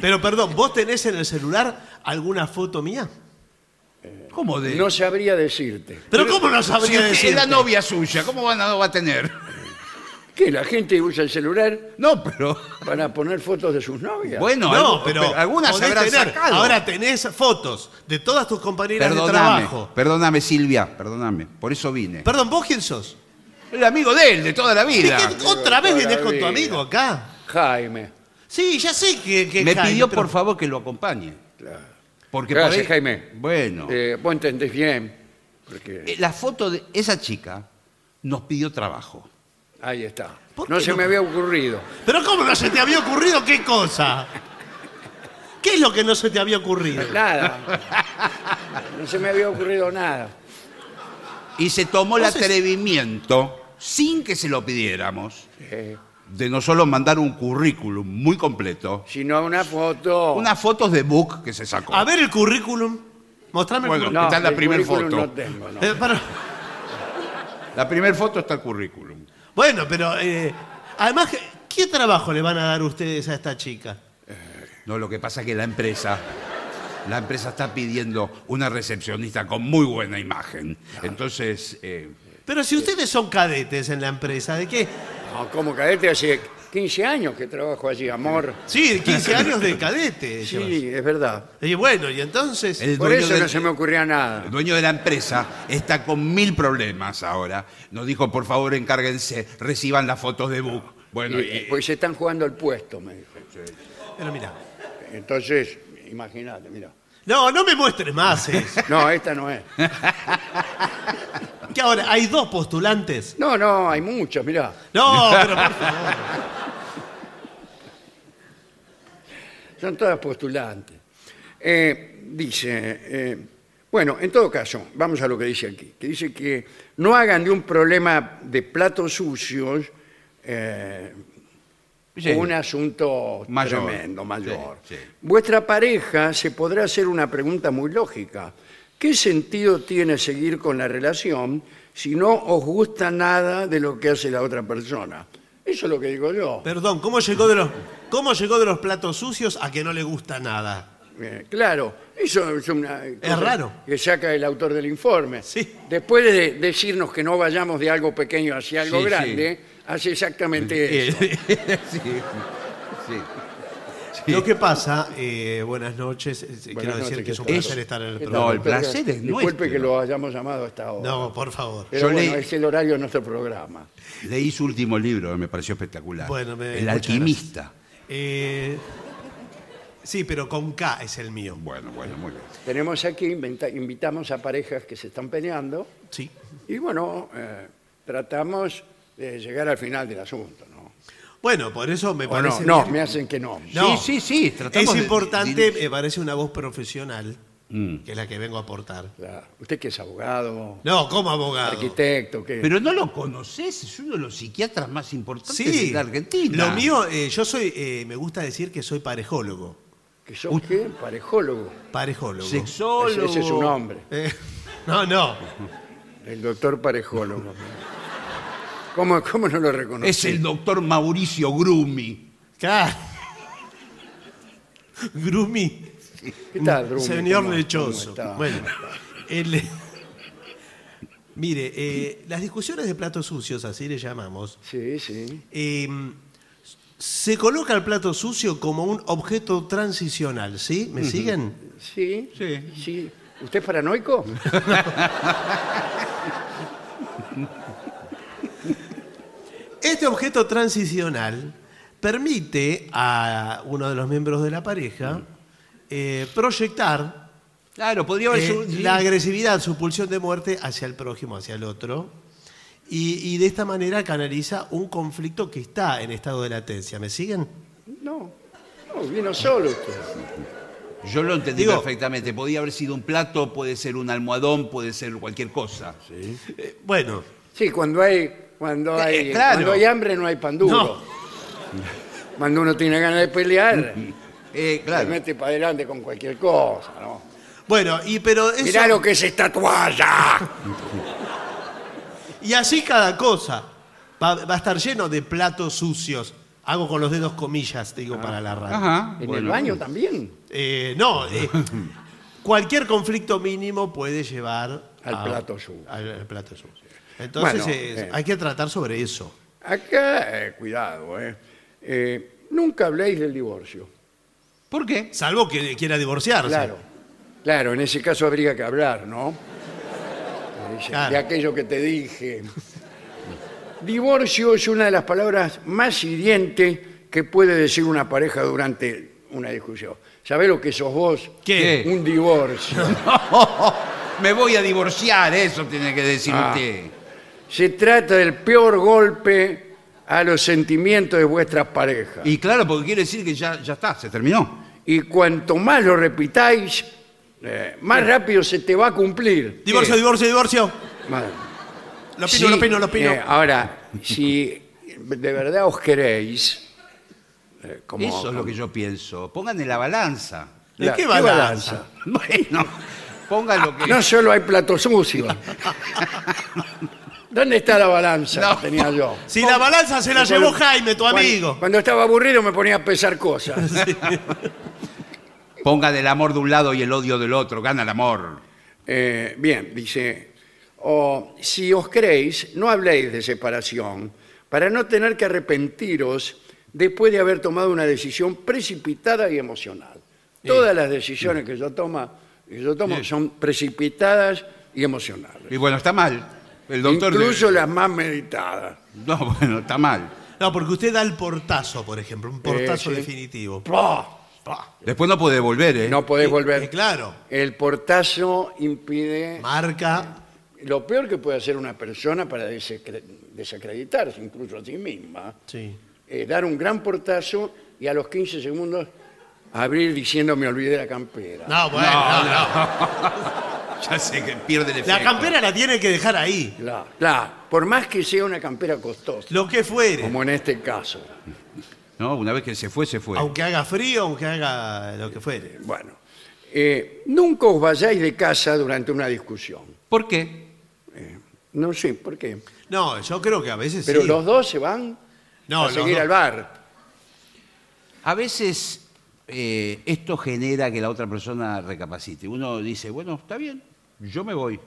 [SPEAKER 4] Pero perdón, ¿vos tenés en el celular alguna foto mía?
[SPEAKER 3] ¿Cómo de.?
[SPEAKER 2] No sabría decirte.
[SPEAKER 4] Pero, ¿cómo no
[SPEAKER 3] Si
[SPEAKER 4] sabría
[SPEAKER 3] usted
[SPEAKER 4] decir?
[SPEAKER 3] es la novia suya, ¿cómo van a- no va a tener?
[SPEAKER 2] ¿Qué? La gente usa el celular
[SPEAKER 3] No, pero.
[SPEAKER 2] para poner fotos de sus novias.
[SPEAKER 3] Bueno,
[SPEAKER 4] No,
[SPEAKER 3] algo-
[SPEAKER 4] pero,
[SPEAKER 3] algunas
[SPEAKER 4] podés
[SPEAKER 3] habrán
[SPEAKER 4] tener.
[SPEAKER 3] sacado.
[SPEAKER 4] Ahora tenés fotos de todas tus compañeras de
[SPEAKER 3] perdóname,
[SPEAKER 4] trabajo.
[SPEAKER 3] perdóname, Silvia, perdóname. Por eso vine.
[SPEAKER 4] Perdón, ¿vos quién sos?
[SPEAKER 3] El amigo de él, de toda la vida.
[SPEAKER 4] ¿De qué ¿Otra vez
[SPEAKER 2] toda la
[SPEAKER 4] vienes con tu
[SPEAKER 2] vida.
[SPEAKER 4] amigo acá?
[SPEAKER 2] Jaime.
[SPEAKER 4] Sí, ya sé que... que
[SPEAKER 3] Me
[SPEAKER 4] Jaime,
[SPEAKER 3] pidió,
[SPEAKER 4] pero-
[SPEAKER 3] por favor, que lo acompañe.
[SPEAKER 2] Claro.
[SPEAKER 3] Porque por
[SPEAKER 2] Gracias,
[SPEAKER 3] ahí-
[SPEAKER 2] Jaime.
[SPEAKER 3] Bueno.
[SPEAKER 2] Eh, vos entendés bien. Porque
[SPEAKER 3] Eh, La foto de esa chica nos pidió trabajo.
[SPEAKER 2] ahí está.
[SPEAKER 4] ¿Por
[SPEAKER 2] No
[SPEAKER 4] qué
[SPEAKER 2] se
[SPEAKER 4] no?
[SPEAKER 2] me había ocurrido.
[SPEAKER 4] Pero ¿cómo no se te había ocurrido qué cosa? ¿Qué es lo que no se te había ocurrido?
[SPEAKER 2] Nada. No se me había ocurrido nada.
[SPEAKER 3] Y se tomó el
[SPEAKER 4] Vos es-
[SPEAKER 3] atrevimiento, sin que se lo pidiéramos,
[SPEAKER 2] Eh,
[SPEAKER 3] de no solo mandar un currículum muy completo,
[SPEAKER 2] sino una foto.
[SPEAKER 3] unas fotos de book que se sacó.
[SPEAKER 4] A ver el currículum. Mostrame
[SPEAKER 3] Bueno,
[SPEAKER 4] el currículum.
[SPEAKER 2] No,
[SPEAKER 3] está en la
[SPEAKER 2] del
[SPEAKER 3] primer
[SPEAKER 2] currículum
[SPEAKER 3] foto.
[SPEAKER 2] No tengo, no.
[SPEAKER 4] Eh, para-
[SPEAKER 3] La primera foto está el currículum.
[SPEAKER 4] Bueno, pero eh, además, ¿qué trabajo le van a dar ustedes a esta chica?
[SPEAKER 3] No, lo que pasa es que la empresa, la empresa está pidiendo una recepcionista con muy buena imagen. Entonces, eh,
[SPEAKER 4] Pero si ustedes son cadetes en la empresa, ¿de qué?
[SPEAKER 2] No, como cadete hace 15 años que trabajo allí, amor.
[SPEAKER 4] Sí, 15 años de cadete. llevas.
[SPEAKER 2] Sí, es verdad.
[SPEAKER 4] Y bueno, y entonces...
[SPEAKER 3] el
[SPEAKER 2] Por
[SPEAKER 3] dueño
[SPEAKER 2] eso
[SPEAKER 3] del-
[SPEAKER 2] no se me ocurría nada.
[SPEAKER 3] El dueño de la empresa está con mil problemas ahora. Nos dijo, por favor, encárguense, reciban las fotos de Book. Bueno, eh,
[SPEAKER 2] Y,
[SPEAKER 3] y-
[SPEAKER 2] pues se están jugando el puesto, me dijo.
[SPEAKER 4] Pero mira.
[SPEAKER 2] Entonces, imagínate, mira.
[SPEAKER 4] No, no me muestres más. eh.
[SPEAKER 2] No, esta no es.
[SPEAKER 4] Que ahora hay dos postulantes.
[SPEAKER 2] No, no, hay muchos, mirá.
[SPEAKER 4] No, pero por favor.
[SPEAKER 2] Son todas postulantes. Eh, dice, eh, bueno, en todo caso, vamos a lo que dice aquí, que dice que no hagan de un problema de platos sucios eh,
[SPEAKER 3] Sí.
[SPEAKER 2] un asunto
[SPEAKER 3] Mayor.
[SPEAKER 2] tremendo, mayor.
[SPEAKER 3] Sí, sí.
[SPEAKER 2] Vuestra pareja se podrá hacer una pregunta muy lógica. ¿Qué sentido tiene seguir con la relación si no os gusta nada de lo que hace la otra persona? Eso es lo que digo yo.
[SPEAKER 4] Perdón, ¿cómo llegó de los, cómo llegó de los platos sucios a que no le gusta nada?
[SPEAKER 2] Eh, claro, eso es una cosa
[SPEAKER 4] raro.
[SPEAKER 2] que saca el autor del informe.
[SPEAKER 4] Sí.
[SPEAKER 2] Después de decirnos que no vayamos de algo pequeño hacia algo
[SPEAKER 3] Sí, sí.
[SPEAKER 2] grande, hace exactamente eso.
[SPEAKER 3] Eh, sí, sí. Sí.
[SPEAKER 4] Lo que pasa, eh, buenas noches, eh, quiero
[SPEAKER 2] Buenas
[SPEAKER 4] decir
[SPEAKER 2] noches,
[SPEAKER 4] que es un
[SPEAKER 2] ¿qué tal?
[SPEAKER 4] placer estar en el
[SPEAKER 2] ¿Qué tal,
[SPEAKER 4] programa.
[SPEAKER 3] No, el
[SPEAKER 2] doctor?
[SPEAKER 3] placer es
[SPEAKER 2] Disculpe
[SPEAKER 3] nuestro.
[SPEAKER 2] que lo hayamos llamado hasta ahora.
[SPEAKER 4] No, por favor.
[SPEAKER 2] Pero
[SPEAKER 3] Yo
[SPEAKER 2] bueno,
[SPEAKER 3] le-
[SPEAKER 2] es el horario de nuestro programa.
[SPEAKER 3] Leí su último libro, me pareció espectacular.
[SPEAKER 4] Bueno, me-
[SPEAKER 3] el
[SPEAKER 4] muchas
[SPEAKER 3] alquimista.
[SPEAKER 4] Eh, sí, pero con K es el mío.
[SPEAKER 3] Bueno, bueno, muy bien.
[SPEAKER 2] Tenemos aquí, inventa- invitamos a parejas que se están peleando
[SPEAKER 4] Sí.
[SPEAKER 2] y bueno, eh, tratamos de llegar al final del asunto, ¿no?
[SPEAKER 4] Bueno, por eso me
[SPEAKER 2] O no,
[SPEAKER 4] parece.
[SPEAKER 2] no,
[SPEAKER 4] bien.
[SPEAKER 2] me hacen que no.
[SPEAKER 4] No.
[SPEAKER 3] Sí, sí, sí, tratamos
[SPEAKER 4] es
[SPEAKER 3] de-
[SPEAKER 4] importante,
[SPEAKER 3] de-
[SPEAKER 4] me parece una voz profesional.
[SPEAKER 3] Mm.
[SPEAKER 4] que es la que vengo a aportar.
[SPEAKER 2] La- usted que es abogado,
[SPEAKER 4] No, como abogado.
[SPEAKER 2] arquitecto, que
[SPEAKER 3] Pero no lo conoces, es uno de los psiquiatras más importantes
[SPEAKER 4] Sí,
[SPEAKER 3] de la Argentina.
[SPEAKER 4] Lo mío, eh, yo soy, eh, me gusta decir que soy parejólogo.
[SPEAKER 2] que sos qué? parejólogo.
[SPEAKER 4] Parejólogo.
[SPEAKER 2] Ese,
[SPEAKER 3] Sexólogo.
[SPEAKER 2] ese es su nombre,
[SPEAKER 4] Eh, no, no.
[SPEAKER 2] el doctor parejólogo. ¿Cómo, cómo no lo reconoce?
[SPEAKER 3] Es el doctor Mauricio Grumi.
[SPEAKER 4] Claro. Grumi.
[SPEAKER 2] ¿Qué tal, Drumi?
[SPEAKER 4] Señor
[SPEAKER 2] ¿Cómo- cómo
[SPEAKER 4] lechoso.
[SPEAKER 2] está?
[SPEAKER 4] Bueno, el- mire, eh, las discusiones de platos sucios, así le llamamos,
[SPEAKER 2] Sí, sí.
[SPEAKER 4] eh, se coloca el plato sucio como un objeto transicional, ¿sí? ¿Me siguen?
[SPEAKER 2] Sí.
[SPEAKER 3] Sí.
[SPEAKER 2] sí. ¿Usted es paranoico?
[SPEAKER 4] Este objeto transicional permite a uno de los miembros de la pareja eh, proyectar
[SPEAKER 3] Claro, podría haber
[SPEAKER 4] Eh,
[SPEAKER 3] sido-
[SPEAKER 4] la agresividad, su pulsión de muerte hacia el prójimo, hacia el otro. Y, y de esta manera canaliza un conflicto que está en estado de latencia. ¿Me siguen?
[SPEAKER 2] No. No, vino solo usted.
[SPEAKER 3] Yo lo entendí
[SPEAKER 4] Digo-
[SPEAKER 3] perfectamente. Podía haber sido un plato, puede ser un almohadón, puede ser cualquier cosa.
[SPEAKER 4] Eh, bueno,
[SPEAKER 2] Sí, cuando hay, cuando hay,
[SPEAKER 3] Eh, claro.
[SPEAKER 2] cuando hay hambre no hay pan duro.
[SPEAKER 4] No.
[SPEAKER 2] Cuando uno tiene ganas de pelear,
[SPEAKER 3] Eh,
[SPEAKER 2] se
[SPEAKER 3] claro.
[SPEAKER 2] mete para adelante con cualquier cosa, ¿no?
[SPEAKER 4] bueno, y pero eso-
[SPEAKER 2] Mirá lo que es esta toalla.
[SPEAKER 4] y así cada cosa va, va a estar lleno de platos sucios. Hago con los dedos comillas, digo para la radio.
[SPEAKER 3] Ajá.
[SPEAKER 2] En el
[SPEAKER 3] bueno.
[SPEAKER 2] baño también.
[SPEAKER 4] Eh, no, eh, cualquier conflicto mínimo puede llevar
[SPEAKER 2] Al plato sucio.
[SPEAKER 4] al- al plato sucio. Entonces
[SPEAKER 2] Bueno,
[SPEAKER 4] eh,
[SPEAKER 2] eh.
[SPEAKER 4] hay que tratar sobre eso.
[SPEAKER 2] Acá, eh, cuidado, ¿eh? Eh, Nunca habléis del divorcio.
[SPEAKER 4] Ah,
[SPEAKER 3] ¿Por qué?
[SPEAKER 4] Salvo que quiera divorciarse.
[SPEAKER 2] Claro. Claro, en ese caso habría que hablar, ¿no? Dice,
[SPEAKER 4] Claro.
[SPEAKER 2] De aquello que te dije. Divorcio es una de las palabras más hirientes que puede decir una pareja durante una discusión. ¿Sabés lo que sos vos?
[SPEAKER 4] ¿Qué?
[SPEAKER 2] Un divorcio.
[SPEAKER 3] Me voy a divorciar, eso tiene que decir
[SPEAKER 2] Ah.
[SPEAKER 3] usted.
[SPEAKER 2] Se trata del peor golpe a los sentimientos de vuestras parejas. Y,
[SPEAKER 3] Y claro, porque quiere decir que ya, ya está, se terminó.
[SPEAKER 2] cuanto más lo repitáis, eh, más rápido se te va a cumplir.
[SPEAKER 4] Divorcio,
[SPEAKER 3] ¿Qué?
[SPEAKER 4] divorcio, divorcio.
[SPEAKER 2] Madre.
[SPEAKER 4] Lo
[SPEAKER 2] Eh. Sí,
[SPEAKER 4] pino, lo pino, lo pino.
[SPEAKER 2] eh, ahora, si de verdad os queréis, eh, como,
[SPEAKER 3] eso es lo que yo pienso. Pongan en la balanza.
[SPEAKER 4] ¿De
[SPEAKER 2] la-
[SPEAKER 4] qué
[SPEAKER 2] ¿qué
[SPEAKER 4] balanza?
[SPEAKER 2] balanza?
[SPEAKER 3] Bueno, pongan lo que.
[SPEAKER 2] No solo hay plato sucio. ¿Dónde está la balanza que tenía yo?
[SPEAKER 4] Si la balanza se la llevó Jaime, tu
[SPEAKER 2] Cuando-
[SPEAKER 4] amigo.
[SPEAKER 2] Cuando, estaba aburrido me ponía a pesar cosas.
[SPEAKER 3] Pongan el amor de un lado y el odio del otro. Gana el amor.
[SPEAKER 2] Eh, bien, dice, o si os creéis, no habléis de separación para no tener que arrepentiros después de haber tomado una decisión precipitada y emocional. Todas las decisiones que yo, toma, que yo tomo son precipitadas y emocionales.
[SPEAKER 3] Y bueno, está mal. El doctor.
[SPEAKER 2] Incluso
[SPEAKER 3] de-
[SPEAKER 2] las más meditadas.
[SPEAKER 3] No, bueno, está mal.
[SPEAKER 4] No, porque usted da el portazo, por ejemplo, un portazo
[SPEAKER 2] Eh, sí.
[SPEAKER 4] definitivo.
[SPEAKER 2] ¡Pah!
[SPEAKER 4] Pa.
[SPEAKER 3] Después no puede volver, ¿eh?
[SPEAKER 2] No podés
[SPEAKER 4] Eh,
[SPEAKER 2] volver.
[SPEAKER 4] claro,
[SPEAKER 2] El portazo impide
[SPEAKER 4] marca.
[SPEAKER 2] lo peor que puede hacer una persona para desacre- desacreditarse incluso a sí misma.
[SPEAKER 4] Sí.
[SPEAKER 2] eh, dar un gran portazo y a los 15 segundos abrir diciendo me olvidé la campera.
[SPEAKER 4] No, bueno, no, no.
[SPEAKER 3] Ya sé que pierde el efecto.
[SPEAKER 4] La campera la tiene que dejar ahí,
[SPEAKER 2] La- la- por más que sea una campera costosa,
[SPEAKER 4] lo que fuere.
[SPEAKER 2] como en este caso.
[SPEAKER 3] No, una vez que se fue, se fue.
[SPEAKER 4] Aunque haga frío, aunque haga lo que fuere.
[SPEAKER 2] Bueno, eh, nunca os vayáis de casa durante una discusión. Eh,
[SPEAKER 3] ¿Por qué?
[SPEAKER 2] No sé por qué.
[SPEAKER 4] No, yo creo que a veces
[SPEAKER 2] Pero
[SPEAKER 4] sí.
[SPEAKER 2] los dos se van
[SPEAKER 4] No,
[SPEAKER 2] a
[SPEAKER 4] los
[SPEAKER 2] seguir
[SPEAKER 4] dos.
[SPEAKER 2] al bar.
[SPEAKER 3] A veces eh, esto genera que la otra persona recapacite. Uno dice, bueno, está bien, yo me voy.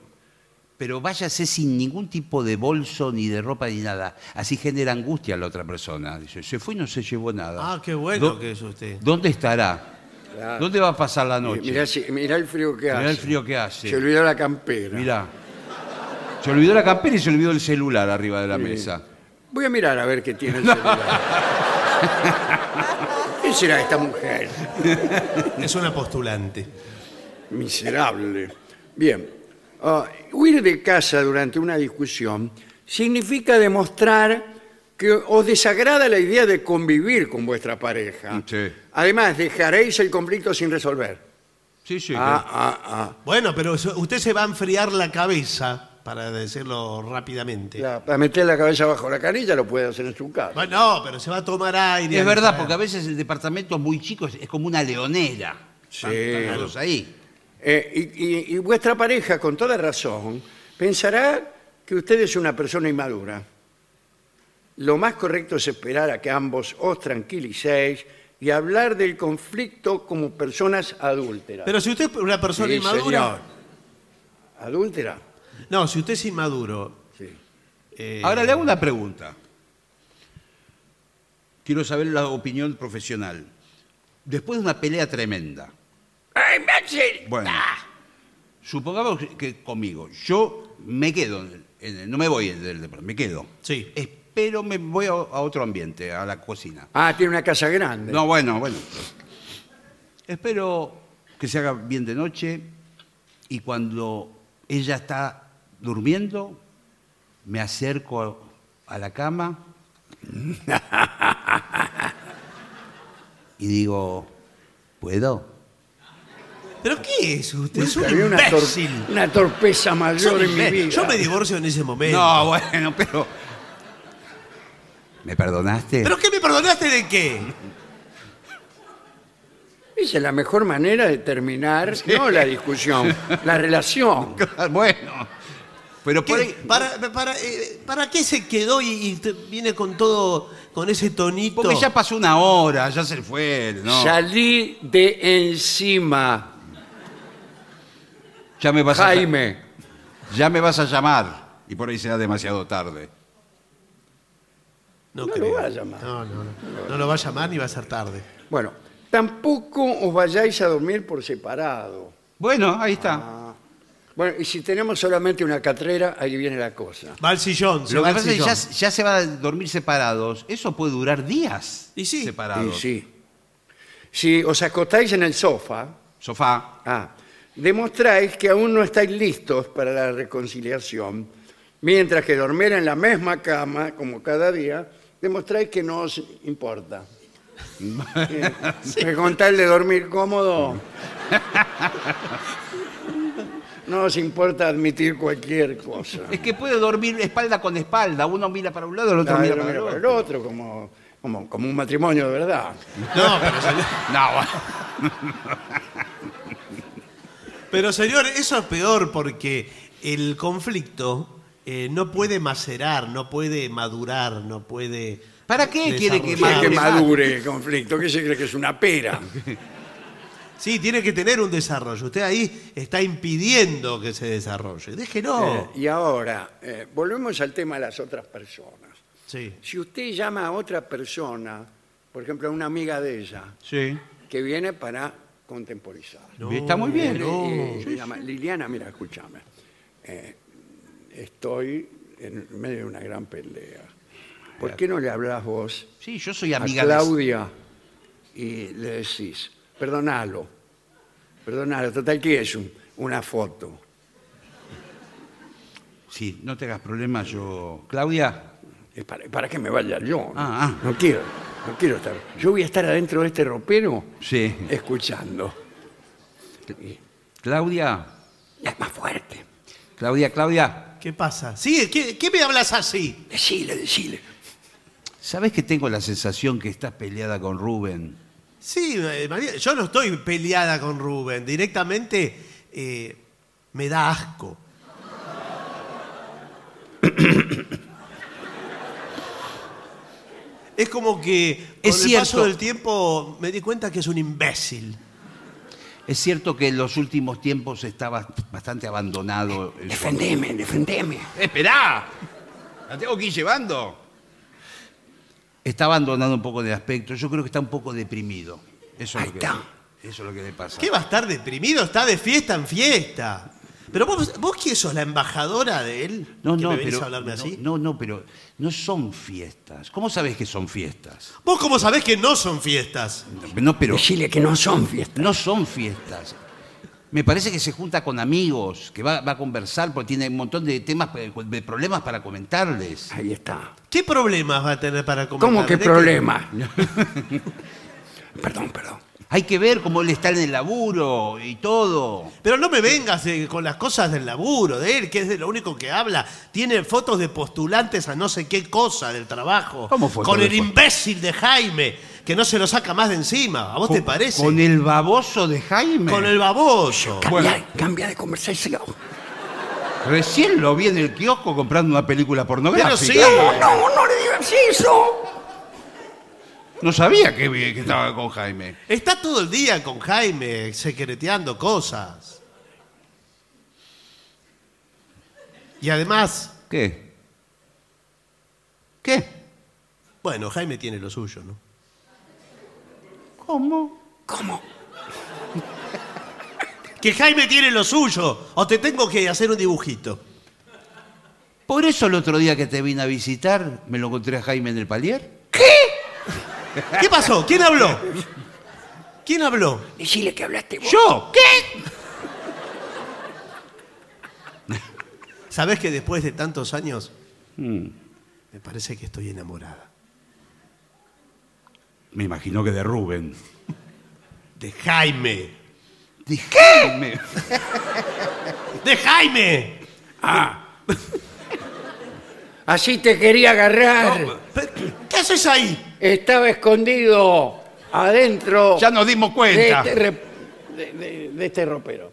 [SPEAKER 3] Pero váyase sin ningún tipo de bolso, ni de ropa, ni nada. Así genera angustia a la otra persona. Dice, se fue y no se llevó nada.
[SPEAKER 4] Ah, qué bueno
[SPEAKER 3] Do-
[SPEAKER 4] que es usted.
[SPEAKER 3] ¿Dónde estará?
[SPEAKER 2] Claro. Eh,
[SPEAKER 3] ¿Dónde va a pasar la noche?
[SPEAKER 2] Mirá, si- mirá el frío que hace.
[SPEAKER 3] Mirá el frío que hace.
[SPEAKER 2] Se olvidó la campera.
[SPEAKER 3] Mirá. Se olvidó la campera y se olvidó el celular arriba de la mesa.
[SPEAKER 2] Voy a mirar a ver qué tiene el celular. ¿Qué será esta mujer?
[SPEAKER 4] Es una postulante.
[SPEAKER 2] Miserable. Bien. Ah, huir de casa durante una discusión significa demostrar que os desagrada la idea de convivir con vuestra pareja.
[SPEAKER 3] Sí.
[SPEAKER 2] Además, dejaréis el conflicto sin resolver.
[SPEAKER 3] Sí, sí.
[SPEAKER 2] Ah, ah, ah.
[SPEAKER 4] Bueno, pero eso- usted se va a enfriar la cabeza, para decirlo rápidamente.
[SPEAKER 2] La- para meter la cabeza bajo la canilla lo puede hacer en su casa.
[SPEAKER 4] Bueno, no, pero se va a tomar aire.
[SPEAKER 3] Es verdad, porque a
[SPEAKER 4] distraer.
[SPEAKER 3] veces el departamento muy chico es, es como una leonera.
[SPEAKER 2] Sí.
[SPEAKER 3] Están ahí.
[SPEAKER 2] Eh, y, y- y vuestra pareja, con toda razón, pensará que usted es una persona inmadura. Lo más correcto es esperar a que ambos os tranquilicéis y hablar del conflicto como personas adúlteras.
[SPEAKER 4] Pero si usted es una persona
[SPEAKER 2] Sí,
[SPEAKER 4] inmadura.
[SPEAKER 2] señor. ¿Adúltera?
[SPEAKER 4] No, si usted es inmaduro.
[SPEAKER 2] Sí.
[SPEAKER 4] eh,
[SPEAKER 3] Ahora le hago una pregunta. Quiero saber la opinión profesional. Después de una pelea tremenda.
[SPEAKER 2] ¡Ay, imbécil! Ah.
[SPEAKER 3] Bueno, supongamos que conmigo, yo me quedo, en el- en el- no me voy del departamento, me quedo.
[SPEAKER 4] Sí.
[SPEAKER 3] Espero, me voy a, a otro ambiente, a la cocina.
[SPEAKER 2] Ah, tiene una casa grande.
[SPEAKER 3] No, bueno, bueno. Este, Espero que se haga bien de noche y cuando ella está durmiendo, me acerco a, a la cama y digo, ¿puedo?
[SPEAKER 4] ¿Pero qué es usted? Es un
[SPEAKER 2] Había una, tor-
[SPEAKER 4] imbécil.
[SPEAKER 2] una torpeza
[SPEAKER 4] Es un
[SPEAKER 2] mayor en mi
[SPEAKER 4] imbécil.
[SPEAKER 2] vida.
[SPEAKER 4] Yo me divorcio en ese momento.
[SPEAKER 3] No, bueno, pero... ¿Me perdonaste?
[SPEAKER 4] ¿Pero qué me perdonaste de qué?
[SPEAKER 2] Esa es la mejor manera de terminar, no la discusión, la relación.
[SPEAKER 3] bueno, pero
[SPEAKER 4] ¿Qué-
[SPEAKER 3] por ahí-
[SPEAKER 4] para, para, eh, ¿para qué se quedó y, y te- viene con todo, con ese tonito?
[SPEAKER 3] Porque ya pasó una hora, ya se fue, ¿no? Ya,
[SPEAKER 2] Salí de encima,
[SPEAKER 3] me vas a-
[SPEAKER 2] Jaime.
[SPEAKER 3] ya me vas a llamar. Y por ahí será demasiado tarde.
[SPEAKER 4] No,
[SPEAKER 2] lo
[SPEAKER 4] creo.
[SPEAKER 2] va a llamar.
[SPEAKER 4] No, no, no. No lo va a llamar ni va a ser tarde.
[SPEAKER 2] Bueno, tampoco os vayáis a dormir por separado. Ah.
[SPEAKER 3] Bueno, ahí está.
[SPEAKER 2] Bueno, y si tenemos solamente una catrera, ahí viene la cosa.
[SPEAKER 4] Va al sillón. se
[SPEAKER 3] Lo
[SPEAKER 4] va
[SPEAKER 3] que
[SPEAKER 4] al
[SPEAKER 3] pasa es que ya,
[SPEAKER 4] sillón.
[SPEAKER 3] ya se va a dormir separados. Eso puede durar días.
[SPEAKER 4] Y sí.
[SPEAKER 2] Y
[SPEAKER 3] Separados.
[SPEAKER 2] sí. Si os acostáis en el sofá,
[SPEAKER 3] Sofá.
[SPEAKER 2] ah, demostráis que aún no estáis listos para la reconciliación, mientras que dormir en la misma cama, como cada día, demostráis que no os importa. Eh, que Con tal de dormir cómodo, no os importa admitir cualquier cosa.
[SPEAKER 3] Es que puede dormir espalda con espalda. Uno mira para un lado, el otro
[SPEAKER 2] Ah,
[SPEAKER 3] mira
[SPEAKER 2] uno
[SPEAKER 3] para el
[SPEAKER 2] mira para
[SPEAKER 3] otro.
[SPEAKER 2] el otro, como, como, como un matrimonio de verdad.
[SPEAKER 4] No, pero señor,
[SPEAKER 3] No, bueno.
[SPEAKER 4] pero señor, eso es peor porque el conflicto eh, no puede macerar, no puede madurar, no puede.
[SPEAKER 3] ¿Para qué quiere que
[SPEAKER 4] desarrollar.
[SPEAKER 2] Quiere que
[SPEAKER 3] madure?
[SPEAKER 2] madure el conflicto, que se cree que es una pera.
[SPEAKER 4] Sí, tiene que tener un desarrollo. Usted ahí está impidiendo que se desarrolle.
[SPEAKER 2] Eh,
[SPEAKER 4] Déjelo.
[SPEAKER 2] y ahora, eh, volvemos al tema de las otras personas.
[SPEAKER 4] Sí.
[SPEAKER 2] Si usted llama a otra persona, por ejemplo, a una amiga de ella,
[SPEAKER 3] Sí.
[SPEAKER 2] que viene para contemporizar.
[SPEAKER 4] No,
[SPEAKER 3] Está muy bien.
[SPEAKER 4] no.
[SPEAKER 2] Viene y le llama, Liliana, mira, escúchame. eh, estoy en medio de una gran pelea. ¿Por qué no le hablas vos
[SPEAKER 3] Sí, yo soy
[SPEAKER 2] a
[SPEAKER 3] amiga de...
[SPEAKER 2] Claudia y le decís, perdonalo, perdonalo, total que es un- una foto.
[SPEAKER 3] Sí, no te hagas problemas yo... Claudia,
[SPEAKER 2] Es para, para que me vaya yo. ¿no?
[SPEAKER 3] Ah, ah.
[SPEAKER 2] No quiero, no quiero estar. Yo voy a estar adentro de este ropero
[SPEAKER 3] Sí.
[SPEAKER 2] escuchando. Y
[SPEAKER 3] Claudia,
[SPEAKER 2] es más fuerte.
[SPEAKER 3] Claudia, Claudia.
[SPEAKER 4] ¿Qué pasa? Sí, ¿qué, qué me hablas así?
[SPEAKER 2] Decile, decile.
[SPEAKER 3] ¿Sabes que tengo la sensación que estás peleada con Rubén?
[SPEAKER 4] Sí, eh, María, yo no estoy peleada con Rubén. Directamente eh, me da asco. es como que con
[SPEAKER 3] Es
[SPEAKER 4] el
[SPEAKER 3] cierto.
[SPEAKER 4] paso del tiempo me di cuenta que es un imbécil.
[SPEAKER 3] Es cierto que en los últimos tiempos estaba bastante abandonado. en su-
[SPEAKER 2] Defendeme, defendeme.
[SPEAKER 3] ¡Esperá! ¡La tengo que ir llevando! Está abandonado un poco de aspecto. Yo creo que está un poco deprimido. Eso es,
[SPEAKER 2] Ahí
[SPEAKER 3] lo que,
[SPEAKER 2] está.
[SPEAKER 3] eso es lo que le pasa.
[SPEAKER 4] ¿Qué va a estar deprimido? Está de fiesta en fiesta. Pero vos, vos que sos la embajadora de él,
[SPEAKER 3] No,
[SPEAKER 4] que
[SPEAKER 3] no,
[SPEAKER 4] me venís
[SPEAKER 3] pero,
[SPEAKER 4] a hablarme
[SPEAKER 3] no,
[SPEAKER 4] así.
[SPEAKER 3] no, no, pero no son fiestas. ¿Cómo sabes que son fiestas?
[SPEAKER 4] Vos cómo sabés que no son fiestas.
[SPEAKER 3] No, pero
[SPEAKER 2] Decile que no son fiestas.
[SPEAKER 3] No son fiestas. Me parece que se junta con amigos, que va, va a conversar porque tiene un montón de temas, de problemas para comentarles.
[SPEAKER 2] Ahí está.
[SPEAKER 4] ¿Qué problemas va a tener para comentar?
[SPEAKER 2] ¿Cómo que
[SPEAKER 4] ¿De
[SPEAKER 2] problema? perdón, perdón.
[SPEAKER 5] Hay que ver cómo él está en el laburo y todo.
[SPEAKER 4] Pero no me vengas eh, con las cosas del laburo de él, que es de lo único que habla. Tiene fotos de postulantes a no sé qué cosa del trabajo.
[SPEAKER 5] ¿Cómo fotos
[SPEAKER 4] Con
[SPEAKER 5] de
[SPEAKER 4] el
[SPEAKER 5] fotos?
[SPEAKER 4] imbécil de Jaime, que no se lo saca más de encima. ¿A vos te parece?
[SPEAKER 5] Con el baboso de Jaime.
[SPEAKER 4] Con el baboso.
[SPEAKER 2] Cambia,
[SPEAKER 5] Bueno.
[SPEAKER 2] cambia de conversación.
[SPEAKER 5] Recién lo vi en el kiosco comprando una película
[SPEAKER 4] Pero
[SPEAKER 5] pornográfica.
[SPEAKER 4] sí.
[SPEAKER 2] No, no le digas eso.
[SPEAKER 5] No sabía que, vi- Eh, que estaba con Jaime.
[SPEAKER 4] Está todo el día con Jaime secreteando cosas. Y además,
[SPEAKER 5] ¿Qué? ¿Qué?
[SPEAKER 4] bueno, Jaime tiene lo suyo, ¿no?
[SPEAKER 5] ¿Cómo?
[SPEAKER 2] ¿Cómo?
[SPEAKER 4] Que Jaime tiene lo suyo. O te tengo que hacer un dibujito.
[SPEAKER 5] Por eso el otro día que te vine a visitar, me lo encontré a Jaime en el palier.
[SPEAKER 4] ¿Qué pasó? ¿Quién habló? ¿Quién habló?
[SPEAKER 2] Decirle que hablaste vos.
[SPEAKER 5] ¿Yo? ¿Qué?
[SPEAKER 4] ¿Sabés que después de tantos años me parece que estoy enamorada
[SPEAKER 5] Me imagino que de Rubén.
[SPEAKER 4] de Jaime?
[SPEAKER 5] ¿De Jaime?
[SPEAKER 4] ¡De Jaime!
[SPEAKER 2] Ah. Así te quería agarrar.
[SPEAKER 4] ¿Qué haces ahí?
[SPEAKER 2] Estaba escondido adentro
[SPEAKER 5] Ya nos dimos
[SPEAKER 2] de,
[SPEAKER 5] cuenta.
[SPEAKER 2] este rep- de- de- de este ropero.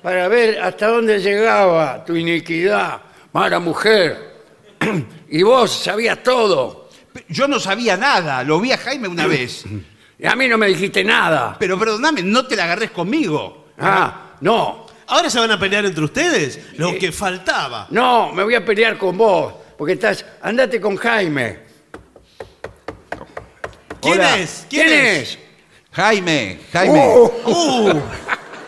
[SPEAKER 2] Para ver hasta dónde llegaba tu iniquidad, mala mujer. y vos sabías todo.
[SPEAKER 5] Yo no sabía nada, lo vi a Jaime una vez.
[SPEAKER 2] Y a mí no me dijiste nada.
[SPEAKER 5] Pero perdóname, no te la agarres conmigo.
[SPEAKER 2] Ah, no.
[SPEAKER 4] ¿Ahora se van a pelear entre ustedes? Lo que faltaba.
[SPEAKER 2] No, me voy a pelear con vos. Porque estás. Andate con Jaime.
[SPEAKER 4] ¿Quién
[SPEAKER 5] Hola.
[SPEAKER 4] es? ¿Quién, es?
[SPEAKER 5] Jaime, Jaime.
[SPEAKER 2] Oh,
[SPEAKER 4] Uh,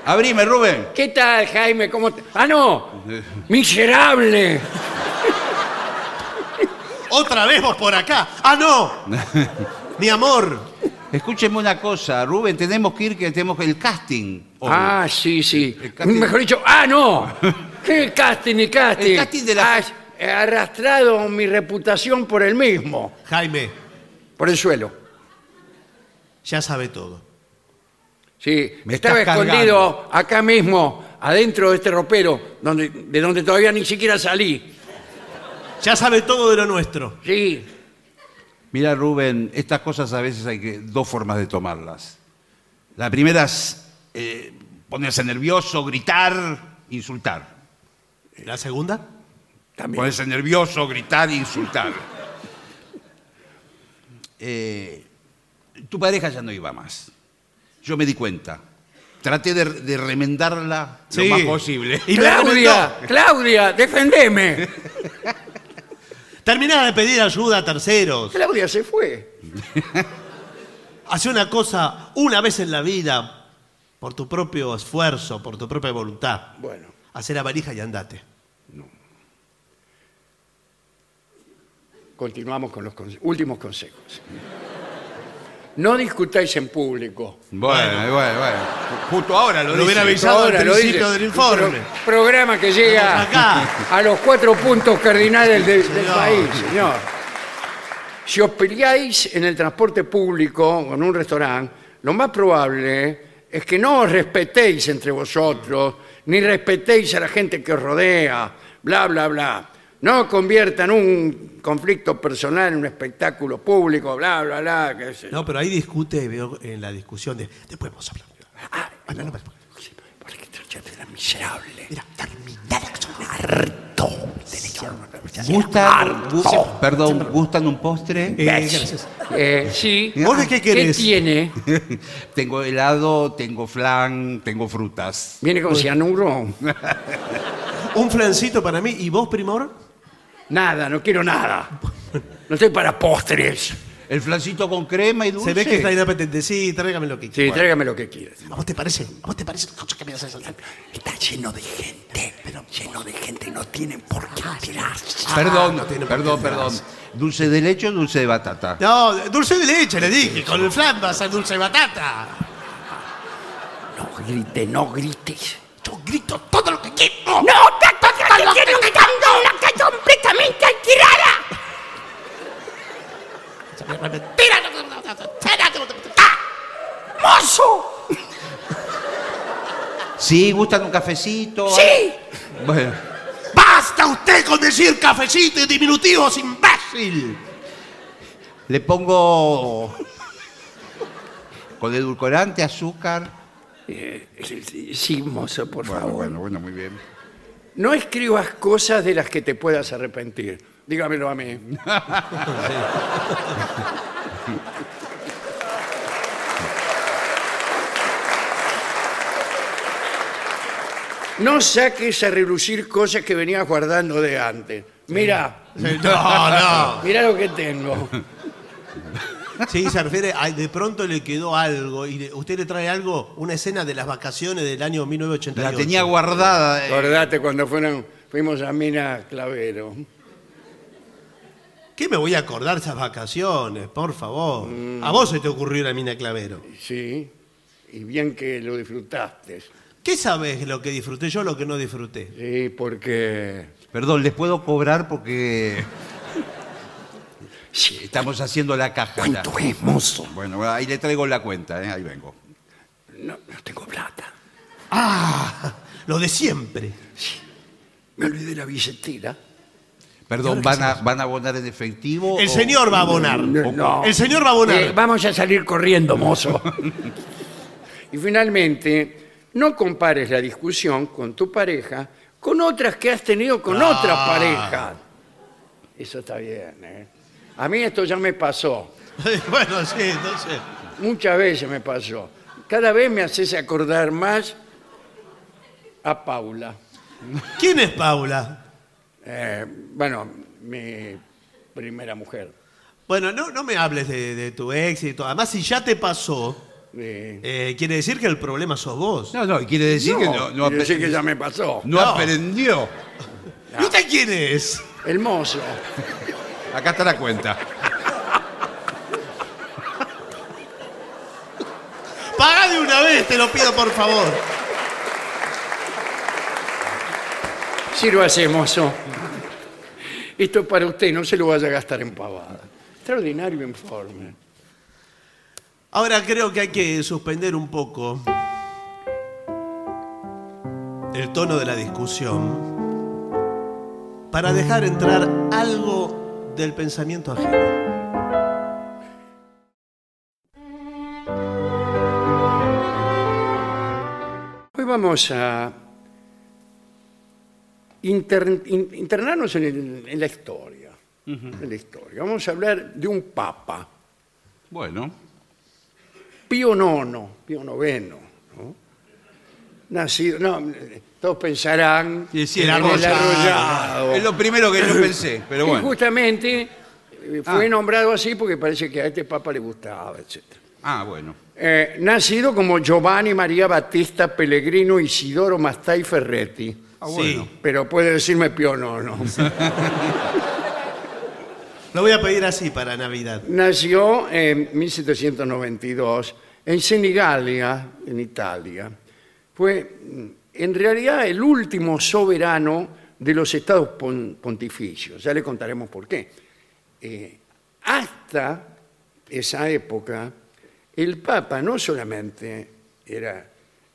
[SPEAKER 5] Abrime, Rubén.
[SPEAKER 2] ¿Qué tal, Jaime? ¿Cómo te- Ah, no. Miserable.
[SPEAKER 4] otra vez vos por acá. ¡Ah, no! Mi amor.
[SPEAKER 5] Escúcheme una cosa, Rubén, tenemos que ir que tenemos el casting. hoy.
[SPEAKER 2] Ah, sí, sí.
[SPEAKER 5] El casting-
[SPEAKER 2] Mejor dicho, ah, no. ¿Qué casting y casting?
[SPEAKER 5] El casting de la-
[SPEAKER 2] Has eh, arrastrado mi reputación por el mismo,
[SPEAKER 4] Jaime,
[SPEAKER 2] por el suelo.
[SPEAKER 4] ya sabe todo.
[SPEAKER 2] Sí,
[SPEAKER 5] Me
[SPEAKER 2] estaba
[SPEAKER 5] estás
[SPEAKER 2] escondido acá mismo, adentro de este ropero, donde, de donde todavía ni siquiera salí.
[SPEAKER 4] Ya sabe todo de lo nuestro.
[SPEAKER 2] Sí,
[SPEAKER 5] Mira, Rubén, estas cosas a veces hay que dos formas de tomarlas. La primera es eh, ponerse nervioso, gritar, insultar.
[SPEAKER 4] ¿La segunda?
[SPEAKER 2] también.
[SPEAKER 5] Ponerse nervioso, gritar, insultar. Eh, tu pareja ya no iba más. Yo me di cuenta. Traté de, de remendarla
[SPEAKER 4] Sí.
[SPEAKER 5] lo más posible.
[SPEAKER 4] Y me
[SPEAKER 2] Claudia, Claudia, defendeme.
[SPEAKER 4] Terminaba de pedir ayuda a terceros.
[SPEAKER 2] Claudia se fue.
[SPEAKER 4] Hace una cosa una vez en la vida, por tu propio esfuerzo, por tu propia voluntad.
[SPEAKER 2] Bueno,
[SPEAKER 4] Hacé la valija y andate.
[SPEAKER 2] continuamos con los conse- últimos consejos. No discutáis en público.
[SPEAKER 5] Bueno, bueno, bueno. Justo ahora lo,
[SPEAKER 4] Lo hubiera
[SPEAKER 5] dice.
[SPEAKER 4] avisado
[SPEAKER 2] Ahora
[SPEAKER 4] al
[SPEAKER 2] lo
[SPEAKER 4] principio
[SPEAKER 2] dice.
[SPEAKER 4] del informe.
[SPEAKER 2] Un pro- programa que llega
[SPEAKER 4] Acá.
[SPEAKER 2] a los cuatro puntos cardinales de- del
[SPEAKER 4] Señor.
[SPEAKER 2] país, señor. Si os peleáis en el transporte público o en un restaurante, lo más probable es que no os respetéis entre vosotros, ni respetéis a la gente que os rodea, bla, bla, bla. No conviertan un conflicto personal en un espectáculo público, bla, bla, bla. qué sé yo.
[SPEAKER 4] No, pero ahí discute, veo en la discusión de. Después vamos a hablar.
[SPEAKER 2] Ah,
[SPEAKER 4] Habla, no,
[SPEAKER 2] ¿Por qué trataste de la miserable?
[SPEAKER 4] Mira, terminada que son las-
[SPEAKER 5] Gustan, gu- perdón, ¿gustan un postre?
[SPEAKER 4] Eh, gracias.
[SPEAKER 2] Eh, sí.
[SPEAKER 4] ¿Vos de qué querés?
[SPEAKER 2] ¿Qué tiene?
[SPEAKER 5] tengo helado, tengo flan, tengo frutas.
[SPEAKER 2] Viene con cianuro.
[SPEAKER 4] Un flancito para mí. ¿Y vos, primor?
[SPEAKER 2] Nada, no quiero nada. No estoy para postres.
[SPEAKER 5] El flancito con crema y dulce.
[SPEAKER 4] Se ve que está inapetente. Sí, tráigame lo que
[SPEAKER 2] Sí,
[SPEAKER 4] quieras.
[SPEAKER 2] tráigame lo que quieras.
[SPEAKER 4] ¿A vos te parece? ¿A vos te parece? Cosa que me haces saltar.
[SPEAKER 6] Está lleno de gente, pero lleno de gente, no tienen por qué tirarse.
[SPEAKER 5] Perdón,
[SPEAKER 4] Ah, no tiene por
[SPEAKER 5] perdón,
[SPEAKER 4] qué
[SPEAKER 5] perdón. Dulce de leche o dulce de batata.
[SPEAKER 4] No, dulce de leche, le dije. Con el flan vas a dulce de batata.
[SPEAKER 6] No grites, no grites.
[SPEAKER 4] Yo grito todo lo que
[SPEAKER 6] ¡No,
[SPEAKER 4] quiero.
[SPEAKER 6] tanto que lo quiero quitando! ¡La calle completamente alquilada! ¡Tira! ¡Ah!
[SPEAKER 7] hermoso!
[SPEAKER 3] Sí, gustan un cafecito.
[SPEAKER 7] ¡Sí!
[SPEAKER 3] Bueno,
[SPEAKER 4] ¡Basta usted con decir cafecito y diminutivos, imbécil!
[SPEAKER 3] le pongo con edulcorante, azúcar.
[SPEAKER 2] Eh, sí, sí, mozo, por favor.
[SPEAKER 3] Ah, bueno, muy bien.
[SPEAKER 2] No escribas cosas de las que te puedas arrepentir. Dígamelo a mí. No saques a relucir cosas que venías guardando de antes. Mira,
[SPEAKER 4] No,
[SPEAKER 2] mira lo que tengo.
[SPEAKER 4] no. Sí, se refiere a de pronto le quedó algo y le- usted le trae algo, una escena de las vacaciones del año 1988.
[SPEAKER 3] La tenía guardada. eh.
[SPEAKER 2] Acordate cuando fueron, fuimos a Mina Clavero.
[SPEAKER 4] ¿Qué me voy a acordar esas vacaciones? Por favor. A vos se te ocurrió la mina Clavero.
[SPEAKER 2] Sí, y bien que lo disfrutaste.
[SPEAKER 4] ¿Qué sabes lo que disfruté yo lo que no disfruté?
[SPEAKER 2] Sí, porque...
[SPEAKER 3] Perdón, les puedo cobrar porque
[SPEAKER 7] Sí,
[SPEAKER 3] estamos haciendo la caja. ya.
[SPEAKER 7] ¿cuánto es, mozo?
[SPEAKER 3] Bueno, ahí le traigo la cuenta, eh, ahí vengo.
[SPEAKER 7] No, no tengo plata.
[SPEAKER 4] Ah, lo de siempre.
[SPEAKER 2] Me olvidé la billetera.
[SPEAKER 3] Perdón, ¿van a, ¿van a abonar en
[SPEAKER 5] Oh,
[SPEAKER 3] efectivo?
[SPEAKER 4] El
[SPEAKER 3] o-
[SPEAKER 4] señor va a abonar.
[SPEAKER 2] No.
[SPEAKER 4] El señor va a abonar.
[SPEAKER 2] Eh, vamos a salir corriendo, mozo. y finalmente, no compares la discusión con tu pareja con otras que has tenido con
[SPEAKER 4] Ah.
[SPEAKER 2] otras parejas. Eso está bien, ¿eh? A mí esto ya me pasó.
[SPEAKER 4] bueno, sí, entonces.
[SPEAKER 2] Muchas veces me pasó. Cada vez me haces acordar más a Paula.
[SPEAKER 4] ¿Quién es Paula?
[SPEAKER 2] Eh, bueno, mi primera mujer.
[SPEAKER 4] Bueno, no, no me hables de, de tu éxito. Además, si ya te pasó,
[SPEAKER 2] Eh,
[SPEAKER 4] eh, quiere decir que el problema sos vos.
[SPEAKER 3] No, no, quiere decir que no, no,
[SPEAKER 2] quiero decir
[SPEAKER 3] apre-
[SPEAKER 2] que ya me pasó.
[SPEAKER 3] no
[SPEAKER 4] No.
[SPEAKER 3] aprendió.
[SPEAKER 4] ¿Y usted quién es?
[SPEAKER 2] El mozo.
[SPEAKER 3] Acá está la cuenta.
[SPEAKER 4] Pagá de una vez, te lo pido por favor.
[SPEAKER 2] Sírvase, mozo. Esto es para usted, no se lo vaya a gastar en pavada. Extraordinario informe.
[SPEAKER 4] Ahora creo que hay que suspender un poco el tono de la discusión para dejar entrar algo del pensamiento ajeno.
[SPEAKER 2] Hoy vamos a inter- in- internarnos en, el- en la historia. En la historia. Vamos a hablar de un papa,
[SPEAKER 3] Bueno,
[SPEAKER 2] Pío IX, Pío IX, ¿no? Nacido, no, todos pensarán
[SPEAKER 3] Sí, sí,
[SPEAKER 2] en
[SPEAKER 3] el arrollado.
[SPEAKER 2] arrollado.
[SPEAKER 3] es lo primero que yo pensé, pero
[SPEAKER 2] Y
[SPEAKER 3] bueno.
[SPEAKER 2] justamente eh, fue
[SPEAKER 3] Ah.
[SPEAKER 2] nombrado así porque parece que a este papa le gustaba, etcétera.
[SPEAKER 3] Ah, bueno.
[SPEAKER 2] Eh, nacido como Giovanni María Battista Pellegrino Isidoro Mastai Ferretti.
[SPEAKER 3] Ah, bueno.
[SPEAKER 4] Sí,
[SPEAKER 2] Pero puede decirme Pío no, no.
[SPEAKER 4] lo voy a pedir así para Navidad.
[SPEAKER 2] Nació en 1792 en Senigallia, en Italia. Fue mm, en realidad el último soberano de los estados pon- pontificios. Ya le contaremos por qué. Eh, hasta esa época, el Papa no solamente era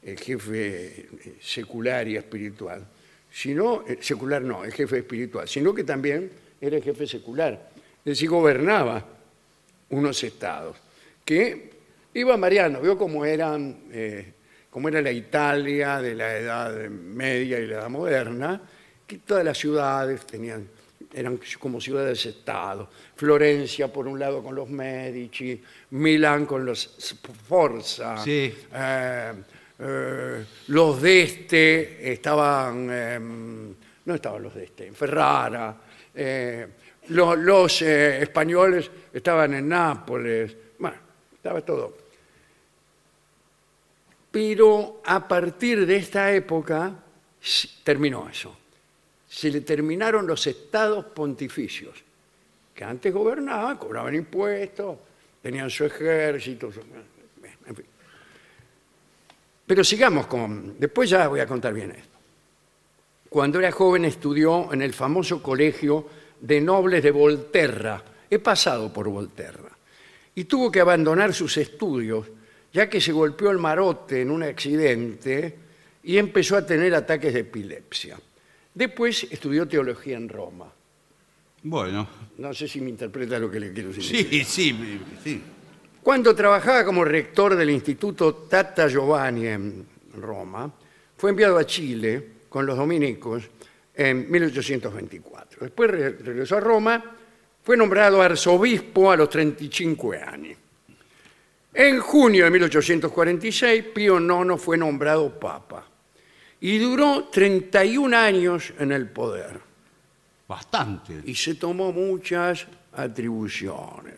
[SPEAKER 2] el jefe eh, secular y espiritual, sino, eh, secular no, el jefe espiritual, sino que también era el jefe secular, es decir, gobernaba unos estados, que iba mareando, vio cómo eran, eh, cómo era la Italia de la edad media y la edad moderna, que todas las ciudades tenían, eran como ciudades estado. Florencia por un lado con los Medici, Milán con los Sforza,
[SPEAKER 3] Sí.
[SPEAKER 2] eh, eh, los de este estaban, eh, no estaban los de este, en Ferrara, eh, lo- los eh, españoles estaban en Nápoles, bueno, estaba todo. Pero a partir de esta época s- terminó eso. Se le terminaron los estados pontificios, que antes gobernaban, cobraban impuestos, tenían su ejército, su- en fin. Pero sigamos con. Después ya voy a contar bien esto. Cuando era joven estudió en el famoso colegio de nobles de Volterra. He pasado por Volterra. Y tuvo que abandonar sus estudios ya que se golpeó el marote en un accidente y empezó a tener ataques de epilepsia. Después estudió teología en Roma.
[SPEAKER 3] Bueno.
[SPEAKER 2] No sé si me interpreta lo que le quiero decir.
[SPEAKER 3] Sí, sí, me- sí.
[SPEAKER 2] Cuando trabajaba como rector del Instituto Tata Giovanni en Roma, fue enviado a Chile con los dominicos en 1824. Después re- regresó a Roma, fue nombrado arzobispo a los 35 años. En junio de 1846, Pío IX fue nombrado papa y duró 31 años en el poder
[SPEAKER 3] Bastante.
[SPEAKER 2] y se tomó muchas atribuciones.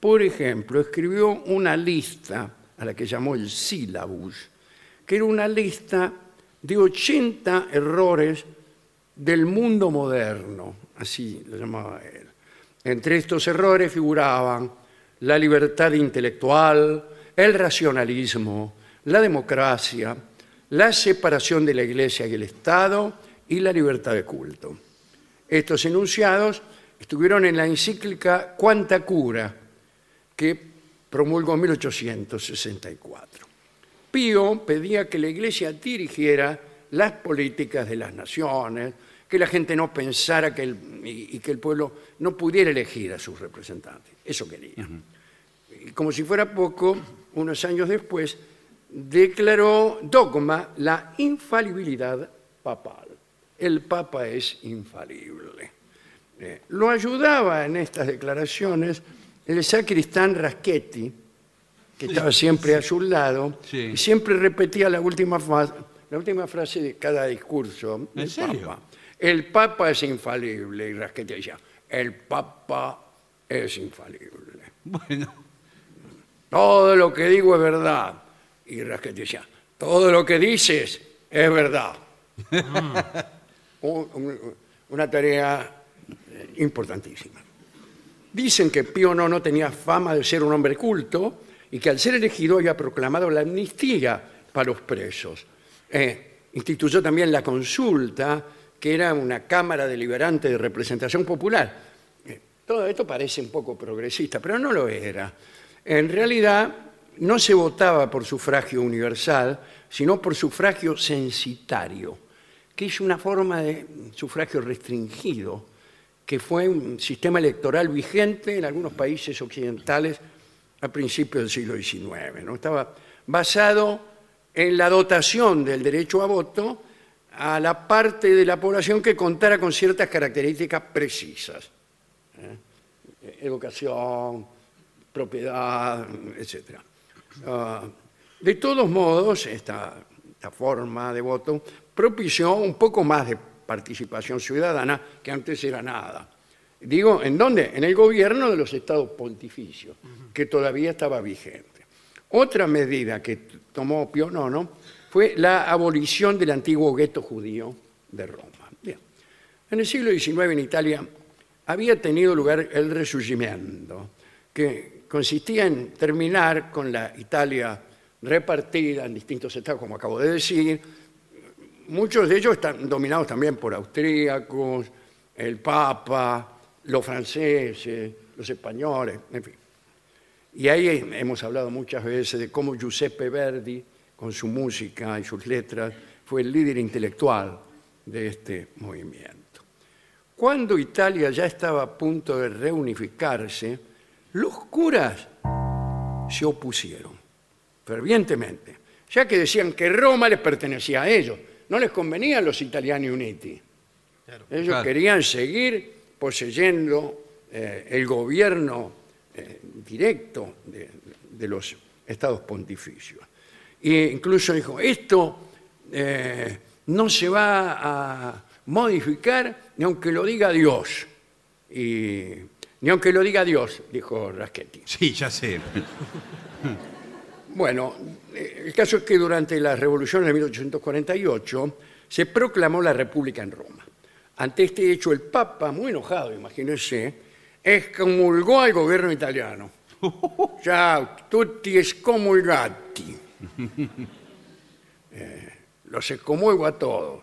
[SPEAKER 2] Por ejemplo, escribió una lista a la que llamó el sílabus, que era una lista de 80 errores del mundo moderno, así lo llamaba él. Entre estos errores figuraban la libertad intelectual, el racionalismo, la democracia, la separación de la Iglesia y el Estado y la libertad de culto. Estos enunciados estuvieron en la encíclica Quanta Cura, que promulgó en 1864. Pío pedía que la Iglesia dirigiera las políticas de las naciones, que la gente no pensara que el- y, y que el pueblo no pudiera elegir a sus representantes. Eso quería. Y como si fuera poco, unos años después, declaró dogma la infalibilidad papal. El papa es infalible. Eh, lo ayudaba en estas declaraciones el sacristán Raschetti, que estaba siempre a su lado,
[SPEAKER 3] Sí.
[SPEAKER 2] y siempre repetía la última, fa- la última frase de cada discurso del
[SPEAKER 3] serio?
[SPEAKER 2] Papa. El Papa es infalible, y Raschetti decía, el Papa es infalible
[SPEAKER 3] Bueno.
[SPEAKER 2] todo lo que digo es verdad. Y Rasquete decía, todo lo que dices es verdad. Un- un- una tarea eh, importantísima. Dicen que Pío no tenía fama de ser un hombre culto y que al ser elegido había proclamado la amnistía para los presos. Eh, instituyó también la consulta, que era una cámara deliberante de representación popular. Eh, todo esto parece un poco progresista, pero no lo era. En realidad no se votaba por sufragio universal, sino por sufragio censitario, que es una forma de sufragio restringido, que fue un sistema electoral vigente en algunos países occidentales a principios del siglo XIX. ¿no? Estaba basado en la dotación del derecho a voto a la parte de la población que contara con ciertas características precisas eh, educación, propiedad, etc. Ah, de todos modos, esta, esta forma de voto propició un poco más de participación ciudadana que antes era nada. Digo, ¿en dónde? En el gobierno de los estados pontificios, que todavía estaba vigente. Otra medida que t- tomó Pío IX fue la abolición del antiguo gueto judío de Roma. Bien. En el siglo XIX en Italia había tenido lugar el resurgimiento, que consistía en terminar con la Italia repartida en distintos estados, como acabo de decir. Muchos de ellos están dominados también por austríacos, el Papa, los franceses, los españoles, en fin. Y ahí hemos hablado muchas veces de cómo Giuseppe Verdi, con su música y sus letras, fue el líder intelectual de este movimiento. Cuando Italia ya estaba a punto de reunificarse, los curas se opusieron fervientemente, ya que decían que Roma les pertenecía a ellos, no les convenían los italiani uniti. Ellos
[SPEAKER 3] Claro.
[SPEAKER 2] querían seguir poseyendo eh, el gobierno eh, directo de, de los estados pontificios. E incluso dijo, esto eh, no se va a modificar ni aunque lo diga Dios. Y, ni aunque lo diga Dios, dijo Raschetti.
[SPEAKER 3] Sí, ya sé.
[SPEAKER 2] Bueno, eh, el caso es que durante la revolución de 1848 se proclamó la República en Roma. Ante este hecho, el Papa, muy enojado, imagínense, excomulgó al gobierno italiano. Ya, tutti excomulgati. Eh, los excomulgo a todos.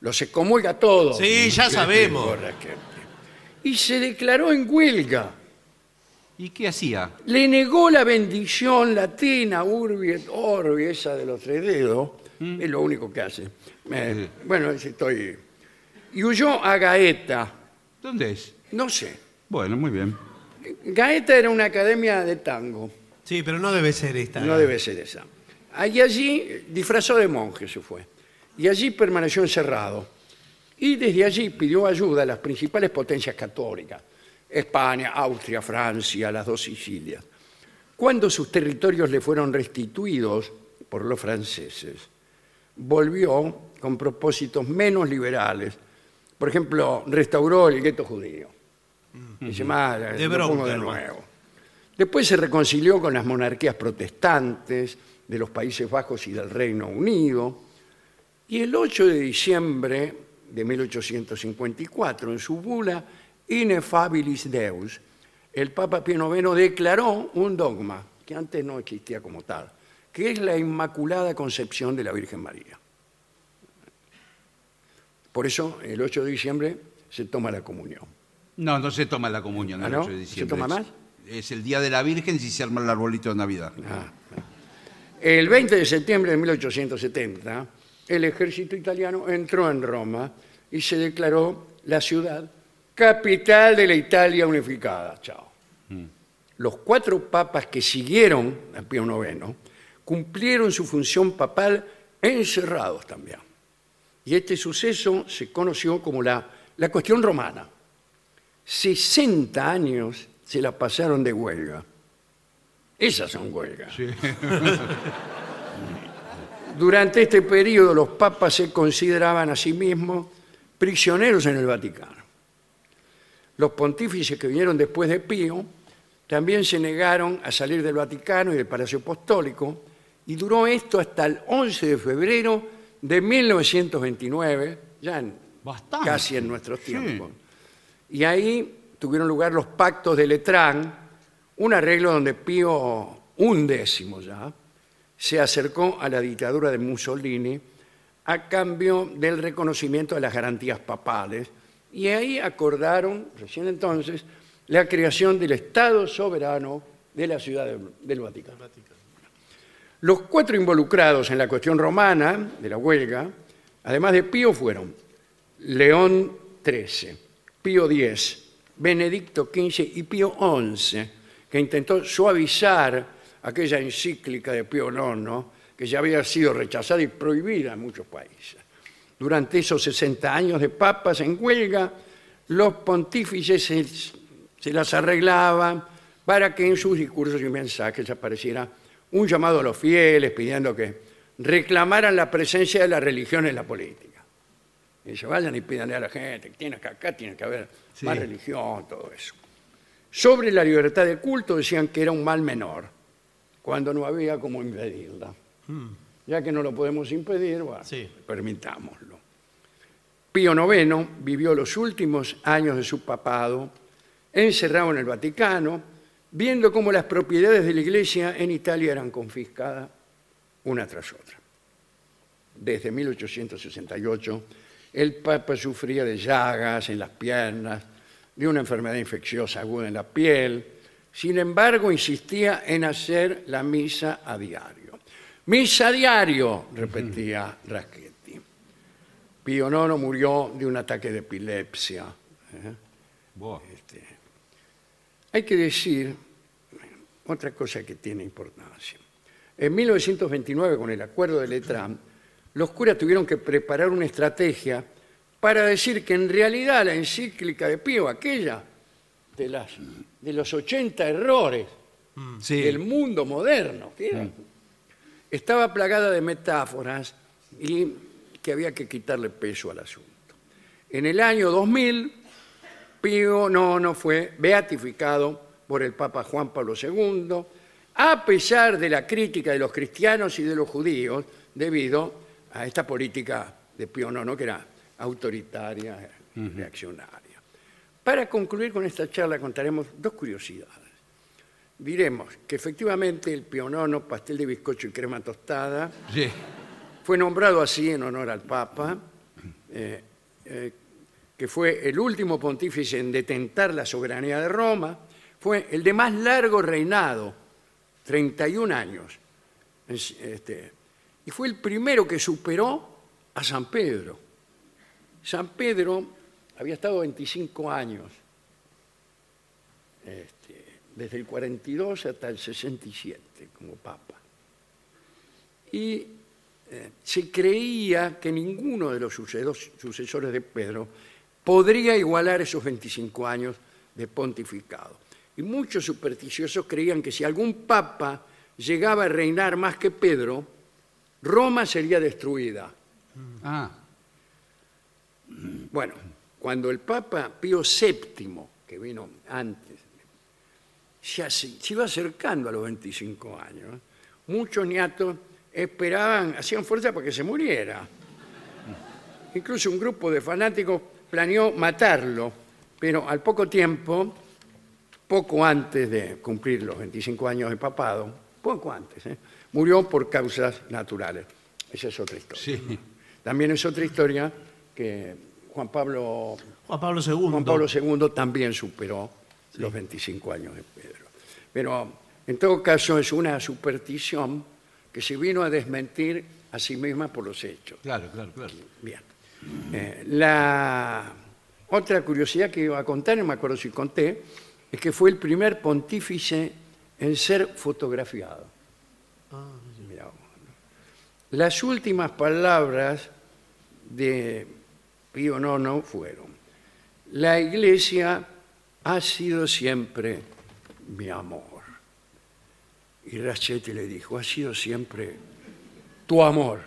[SPEAKER 2] Los excomulga a todos.
[SPEAKER 4] Sí, ya
[SPEAKER 2] Le
[SPEAKER 4] sabemos.
[SPEAKER 2] explicó Raquel. Y se declaró en huelga
[SPEAKER 3] ¿Y qué hacía?
[SPEAKER 2] Le negó la bendición latina, urbi et orbi, esa de los tres dedos. Es lo único que hace. Eh, bueno, ese estoy. Y huyó a Gaeta.
[SPEAKER 3] ¿Dónde es?
[SPEAKER 2] No sé.
[SPEAKER 3] Bueno, muy bien.
[SPEAKER 2] Gaeta era una academia de tango.
[SPEAKER 4] Sí, pero no debe ser esta.
[SPEAKER 2] No debe ser esa. Y allí eh, disfrazó de monje se fue. Y allí permaneció encerrado. Y desde allí pidió ayuda a las principales potencias católicas. España, Austria, Francia, las dos Sicilias. Cuando sus territorios le fueron restituidos por los franceses, volvió con propósitos menos liberales. Por ejemplo, restauró el gueto judío. Dice, "Más, eh,
[SPEAKER 4] Mm. De
[SPEAKER 2] lo
[SPEAKER 4] bronca,
[SPEAKER 2] pongo de
[SPEAKER 4] nomás".
[SPEAKER 2] nuevo. Después se reconcilió con las monarquías protestantes de los Países Bajos y del Reino Unido. Y el 8 de diciembre de 1854, en su bula Ineffabilis Deus, el Papa Pío IX declaró un dogma que antes no existía como tal, que es la Inmaculada Concepción de la Virgen María. Por eso, el 8 de diciembre se toma la comunión.
[SPEAKER 3] No, no se toma la comunión
[SPEAKER 2] ¿Ah,
[SPEAKER 3] el
[SPEAKER 2] no?
[SPEAKER 3] 8 de
[SPEAKER 2] ¿Se
[SPEAKER 3] diciembre.
[SPEAKER 2] toma más?
[SPEAKER 3] Es, es el día de la Virgen si se arma el arbolito de Navidad.
[SPEAKER 2] El 20 de septiembre de 1870, el ejército italiano entró en Roma y se declaró la ciudad capital de la Italia unificada. Chao. Los cuatro papas que siguieron a Pío IX cumplieron su función papal encerrados también. Y este suceso se conoció como la, la cuestión romana. 60 años se la pasaron de huelga. Esas son huelgas. Durante este periodo los papas se consideraban a sí mismos prisioneros en el Vaticano. Los pontífices que vinieron después de Pío también se negaron a salir del Vaticano y del Palacio Apostólico y duró esto hasta el 11 de febrero de 1929, ya en-
[SPEAKER 3] Bastante.
[SPEAKER 2] casi en nuestros
[SPEAKER 3] Sí.
[SPEAKER 2] tiempos. Y ahí tuvieron lugar los pactos de Letrán, un arreglo donde Pío XI ya se acercó a la dictadura de Mussolini a cambio del reconocimiento de las garantías papales. Y ahí acordaron, recién entonces, la creación del Estado soberano de la ciudad del- del Vaticano. Los cuatro involucrados en la cuestión romana de la huelga, además de Pío, fueron León XIII, Pío X, Benedicto XV y Pío XI, que intentó suavizar aquella encíclica de Pío IX, que ya había sido rechazada y prohibida en muchos países. Durante esos 60 años de papas en huelga, los pontífices se, se las arreglaban para que en sus discursos y mensajes apareciera un llamado a los fieles pidiendo que reclamaran la presencia de la religión en la política. Y dice, vayan y pídanle a la gente, que tiene que acá tiene que haber más religión, todo eso. Sobre la libertad de culto decían que era un mal menor, cuando no había como impedirla. Ya que no lo podemos impedir, bueno,
[SPEAKER 4] Sí.
[SPEAKER 2] permitámoslo. Pío IX vivió los últimos años de su papado encerrado en el Vaticano, viendo cómo las propiedades de la iglesia en Italia eran confiscadas una tras otra desde 1868, el Papa sufría de llagas en las piernas, de una enfermedad infecciosa aguda en la piel. Sin embargo, insistía en hacer la misa a diario. Misa a diario, repetía Raschetti. Pío IX murió de un ataque de epilepsia. ¿eh? Este,
[SPEAKER 3] Buah.
[SPEAKER 2] Hay que decir otra cosa que tiene importancia. En 1929, con el acuerdo de Letrán, los curas tuvieron que preparar una estrategia para decir que en realidad la encíclica de Pío, aquella de, las, de los 80 errores
[SPEAKER 3] Sí.
[SPEAKER 2] del mundo moderno, que era, estaba plagada de metáforas y que había que quitarle peso al asunto. En el año 2000, Pío IX fue beatificado por el Papa Juan Pablo II, a pesar de la crítica de los cristianos y de los judíos debido a esta política de Pío IX que era autoritaria, reaccionaria. Para concluir con esta charla contaremos dos curiosidades. Diremos que efectivamente el Pío IX, pastel de bizcocho y crema tostada,
[SPEAKER 3] Sí.
[SPEAKER 2] fue nombrado así en honor al Papa, eh, eh, que fue el último pontífice en detentar la soberanía de Roma, fue el de más largo reinado, 31 años. Es- este, y fue el primero que superó a San Pedro. San Pedro había estado 25 años, este, desde el 42 hasta el 67 como papa. Y eh, se creía que ninguno de los sucedos- sucesores de Pedro podría igualar esos 25 años de pontificado. Y muchos supersticiosos creían que si algún papa llegaba a reinar más que Pedro, Roma sería destruida.
[SPEAKER 3] Ah,
[SPEAKER 2] Bueno, cuando el Papa Pío VII, que vino antes, se, ace- se iba acercando a los 25 años, muchos niatos esperaban, hacían fuerza para que se muriera. Incluso un grupo de fanáticos planeó matarlo, pero al poco tiempo, poco antes de cumplir los 25 años de papado, poco antes, ¿eh? murió por causas naturales. Esa es otra historia.
[SPEAKER 3] sí.
[SPEAKER 2] También es otra historia que Juan Pablo,
[SPEAKER 4] Juan Pablo II.
[SPEAKER 2] Juan Pablo II también superó los 25 años de Pedro. Pero en todo caso es una superstición que se vino a desmentir a sí misma por los hechos.
[SPEAKER 3] Claro, claro, claro.
[SPEAKER 2] Bien. Eh, la otra curiosidad que iba a contar, no me acuerdo si conté, es que fue el primer pontífice en ser fotografiado. Mirá vos, ¿no? Las últimas palabras de Pío IX fueron, la iglesia ha sido siempre mi amor. Y Rachetti le dijo, ha sido siempre tu amor.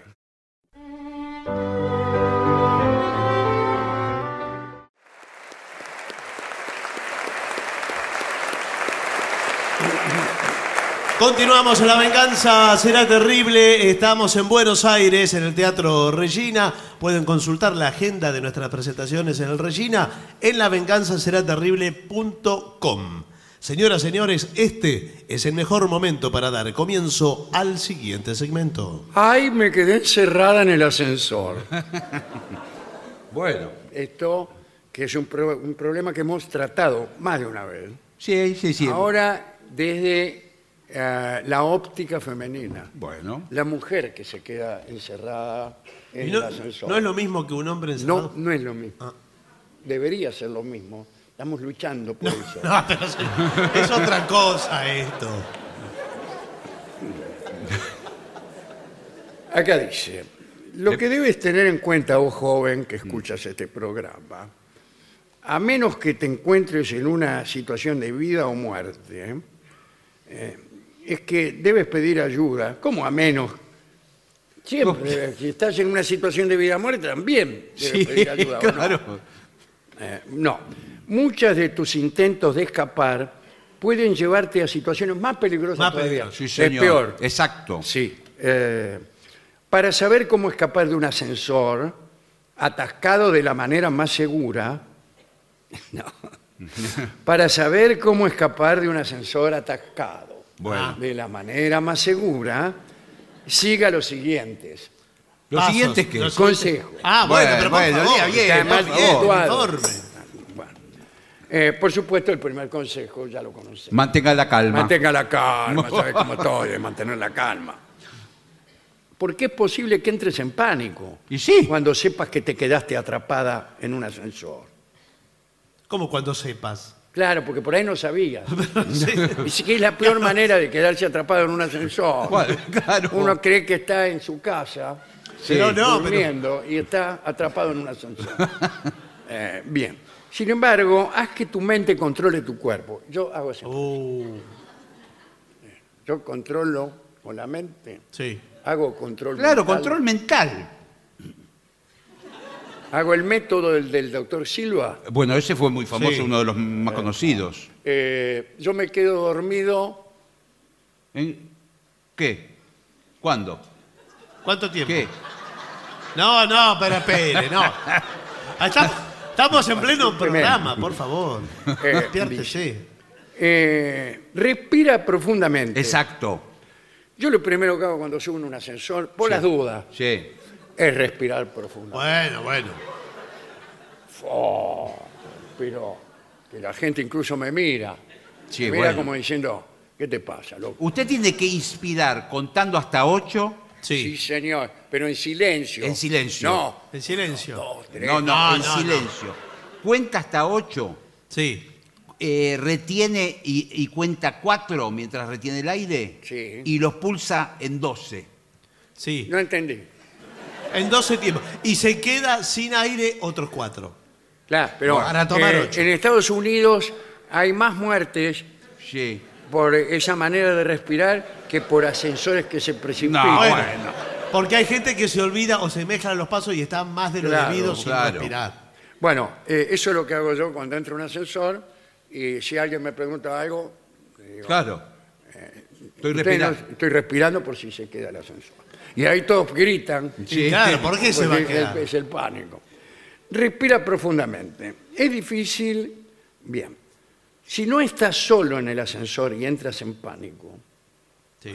[SPEAKER 4] Continuamos en La Venganza Será Terrible. Estamos en Buenos Aires, en el Teatro Regina. Pueden consultar la agenda de nuestras presentaciones en el Regina en lavenganzaseraterrible.com. Señoras, señores, este es el mejor momento para dar comienzo al siguiente segmento.
[SPEAKER 2] Ay, me quedé encerrada en el ascensor.
[SPEAKER 1] Bueno,
[SPEAKER 2] Esto que es un, pro- un problema que hemos tratado más de una vez.
[SPEAKER 3] Sí, sí, sí.
[SPEAKER 2] Ahora desde eh, la óptica femenina.
[SPEAKER 3] Bueno.
[SPEAKER 2] La mujer que se queda encerrada en
[SPEAKER 4] Y no,
[SPEAKER 2] el ascensor.
[SPEAKER 4] no es lo mismo que un hombre encerrado.
[SPEAKER 2] No, no es lo mismo.
[SPEAKER 4] Ah.
[SPEAKER 2] Debería ser lo mismo. Estamos luchando por eso.
[SPEAKER 4] No, pero sí, es otra cosa esto.
[SPEAKER 2] Acá dice, lo que debes tener en cuenta, oh joven que escuchas este programa, a menos que te encuentres en una situación de vida o muerte, eh, es que debes pedir ayuda. ¿Cómo a menos? Siempre, debes- si estás en una situación de vida o muerte, también debes pedir ayuda. ¿o no?
[SPEAKER 3] claro.
[SPEAKER 2] Eh, no, muchas de tus intentos de escapar pueden llevarte a situaciones más peligrosas
[SPEAKER 4] Más
[SPEAKER 2] todavía.
[SPEAKER 4] peligrosas,
[SPEAKER 3] Sí,
[SPEAKER 2] Es
[SPEAKER 3] señor.
[SPEAKER 2] peor.
[SPEAKER 3] Exacto.
[SPEAKER 2] Sí. eh, para saber cómo escapar de un ascensor atascado de la manera más segura. No. Para saber cómo escapar de un ascensor atascado Ah.
[SPEAKER 3] Bueno.
[SPEAKER 2] de la manera más segura, siga los siguientes
[SPEAKER 3] Lo
[SPEAKER 4] Pasos,
[SPEAKER 3] siguiente es que.
[SPEAKER 4] los-
[SPEAKER 2] consejos.
[SPEAKER 4] Ah, bueno,
[SPEAKER 3] Bueno,
[SPEAKER 4] pero por
[SPEAKER 3] bueno,
[SPEAKER 4] favor,
[SPEAKER 3] lea bien,
[SPEAKER 4] está
[SPEAKER 3] por
[SPEAKER 4] mal
[SPEAKER 3] favor.
[SPEAKER 4] bien,
[SPEAKER 2] Eduardo.
[SPEAKER 4] informe.
[SPEAKER 2] Bueno. Eh, por supuesto, el primer consejo ya lo conocemos.
[SPEAKER 3] Mantenga la calma.
[SPEAKER 2] Mantenga la calma, ¿sabes cómo estoy? de Mantener la calma. Porque es posible que entres en pánico.
[SPEAKER 3] Y sí.
[SPEAKER 2] Cuando sepas que te quedaste atrapada en un ascensor.
[SPEAKER 4] Como cuando sepas.
[SPEAKER 2] Claro, porque por ahí no sabías.
[SPEAKER 4] Sí.
[SPEAKER 2] Y sí que es la peor manera de quedarse atrapado en un ascensor.
[SPEAKER 3] ¿Cuál? Claro.
[SPEAKER 2] Uno cree que está en su casa,
[SPEAKER 3] Sí.
[SPEAKER 4] Pero no, pero
[SPEAKER 2] durmiendo, y está atrapado en un ascensor. Eh, bien. Sin embargo, haz que tu mente controle tu cuerpo. Yo hago eso.
[SPEAKER 4] Uh,
[SPEAKER 2] Yo controlo con la mente.
[SPEAKER 4] sí.
[SPEAKER 2] Hago control
[SPEAKER 3] Claro,
[SPEAKER 2] mental.
[SPEAKER 3] control mental.
[SPEAKER 2] Hago el método del, del doctor Silva.
[SPEAKER 3] Bueno, ese fue muy famoso,
[SPEAKER 4] Sí.
[SPEAKER 3] uno de los más conocidos.
[SPEAKER 2] Eh, yo me quedo dormido
[SPEAKER 3] ¿En- ¿Qué? ¿Cuándo?
[SPEAKER 4] ¿Cuánto tiempo?
[SPEAKER 3] ¿Qué?
[SPEAKER 4] No, no, pero espere, no. Está- Estamos en pleno programa, por favor.
[SPEAKER 5] Eh,
[SPEAKER 4] Despiértese.
[SPEAKER 2] eh, respira profundamente.
[SPEAKER 3] Exacto.
[SPEAKER 2] Yo lo primero que hago cuando subo en un ascensor, por las dudas,
[SPEAKER 3] Sí.
[SPEAKER 2] es respirar profundamente.
[SPEAKER 4] Bueno, bueno.
[SPEAKER 2] Oh, pero que la gente incluso me mira.
[SPEAKER 5] Sí,
[SPEAKER 2] Mira
[SPEAKER 5] bueno.
[SPEAKER 2] como diciendo, ¿qué te pasa, loco?
[SPEAKER 5] Usted tiene que inspirar contando hasta ocho.
[SPEAKER 2] Sí, señor, pero en silencio.
[SPEAKER 5] En silencio.
[SPEAKER 2] No.
[SPEAKER 4] En silencio.
[SPEAKER 2] dos, tres.
[SPEAKER 5] No, no,
[SPEAKER 4] No,
[SPEAKER 5] en
[SPEAKER 4] no, no.
[SPEAKER 5] silencio. Cuenta hasta ocho.
[SPEAKER 4] Sí.
[SPEAKER 5] eh, retiene y, y cuenta cuatro mientras retiene el aire
[SPEAKER 2] Sí.
[SPEAKER 5] y los pulsa en 12.
[SPEAKER 4] Sí.
[SPEAKER 2] No entendí.
[SPEAKER 4] En 12 tiempos. Y se queda sin aire otros cuatro.
[SPEAKER 2] Claro, pero
[SPEAKER 4] Para tomar
[SPEAKER 2] eh,
[SPEAKER 4] ocho.
[SPEAKER 2] en Estados Unidos hay más muertes
[SPEAKER 5] Sí.
[SPEAKER 2] por esa manera de respirar que por ascensores que se precipitan.
[SPEAKER 5] No, bueno.
[SPEAKER 4] Porque hay gente que se olvida o se mezclan los pasos y está más de lo
[SPEAKER 2] Claro,
[SPEAKER 4] debido sin
[SPEAKER 5] claro.
[SPEAKER 4] respirar.
[SPEAKER 2] Bueno, eh, eso es lo que hago yo cuando entro en un ascensor y si alguien me pregunta algo,
[SPEAKER 5] Claro. Estoy
[SPEAKER 2] "Usted no-
[SPEAKER 5] respirando.
[SPEAKER 2] estoy respirando por si se queda el ascensor. Y ahí todos gritan.
[SPEAKER 4] Y Claro, ¿por qué se va
[SPEAKER 2] Porque
[SPEAKER 4] a quedar?
[SPEAKER 2] Es el pánico. Respira profundamente. Es difícil. Bien. Si no estás solo en el ascensor y entras en pánico,
[SPEAKER 4] Sí.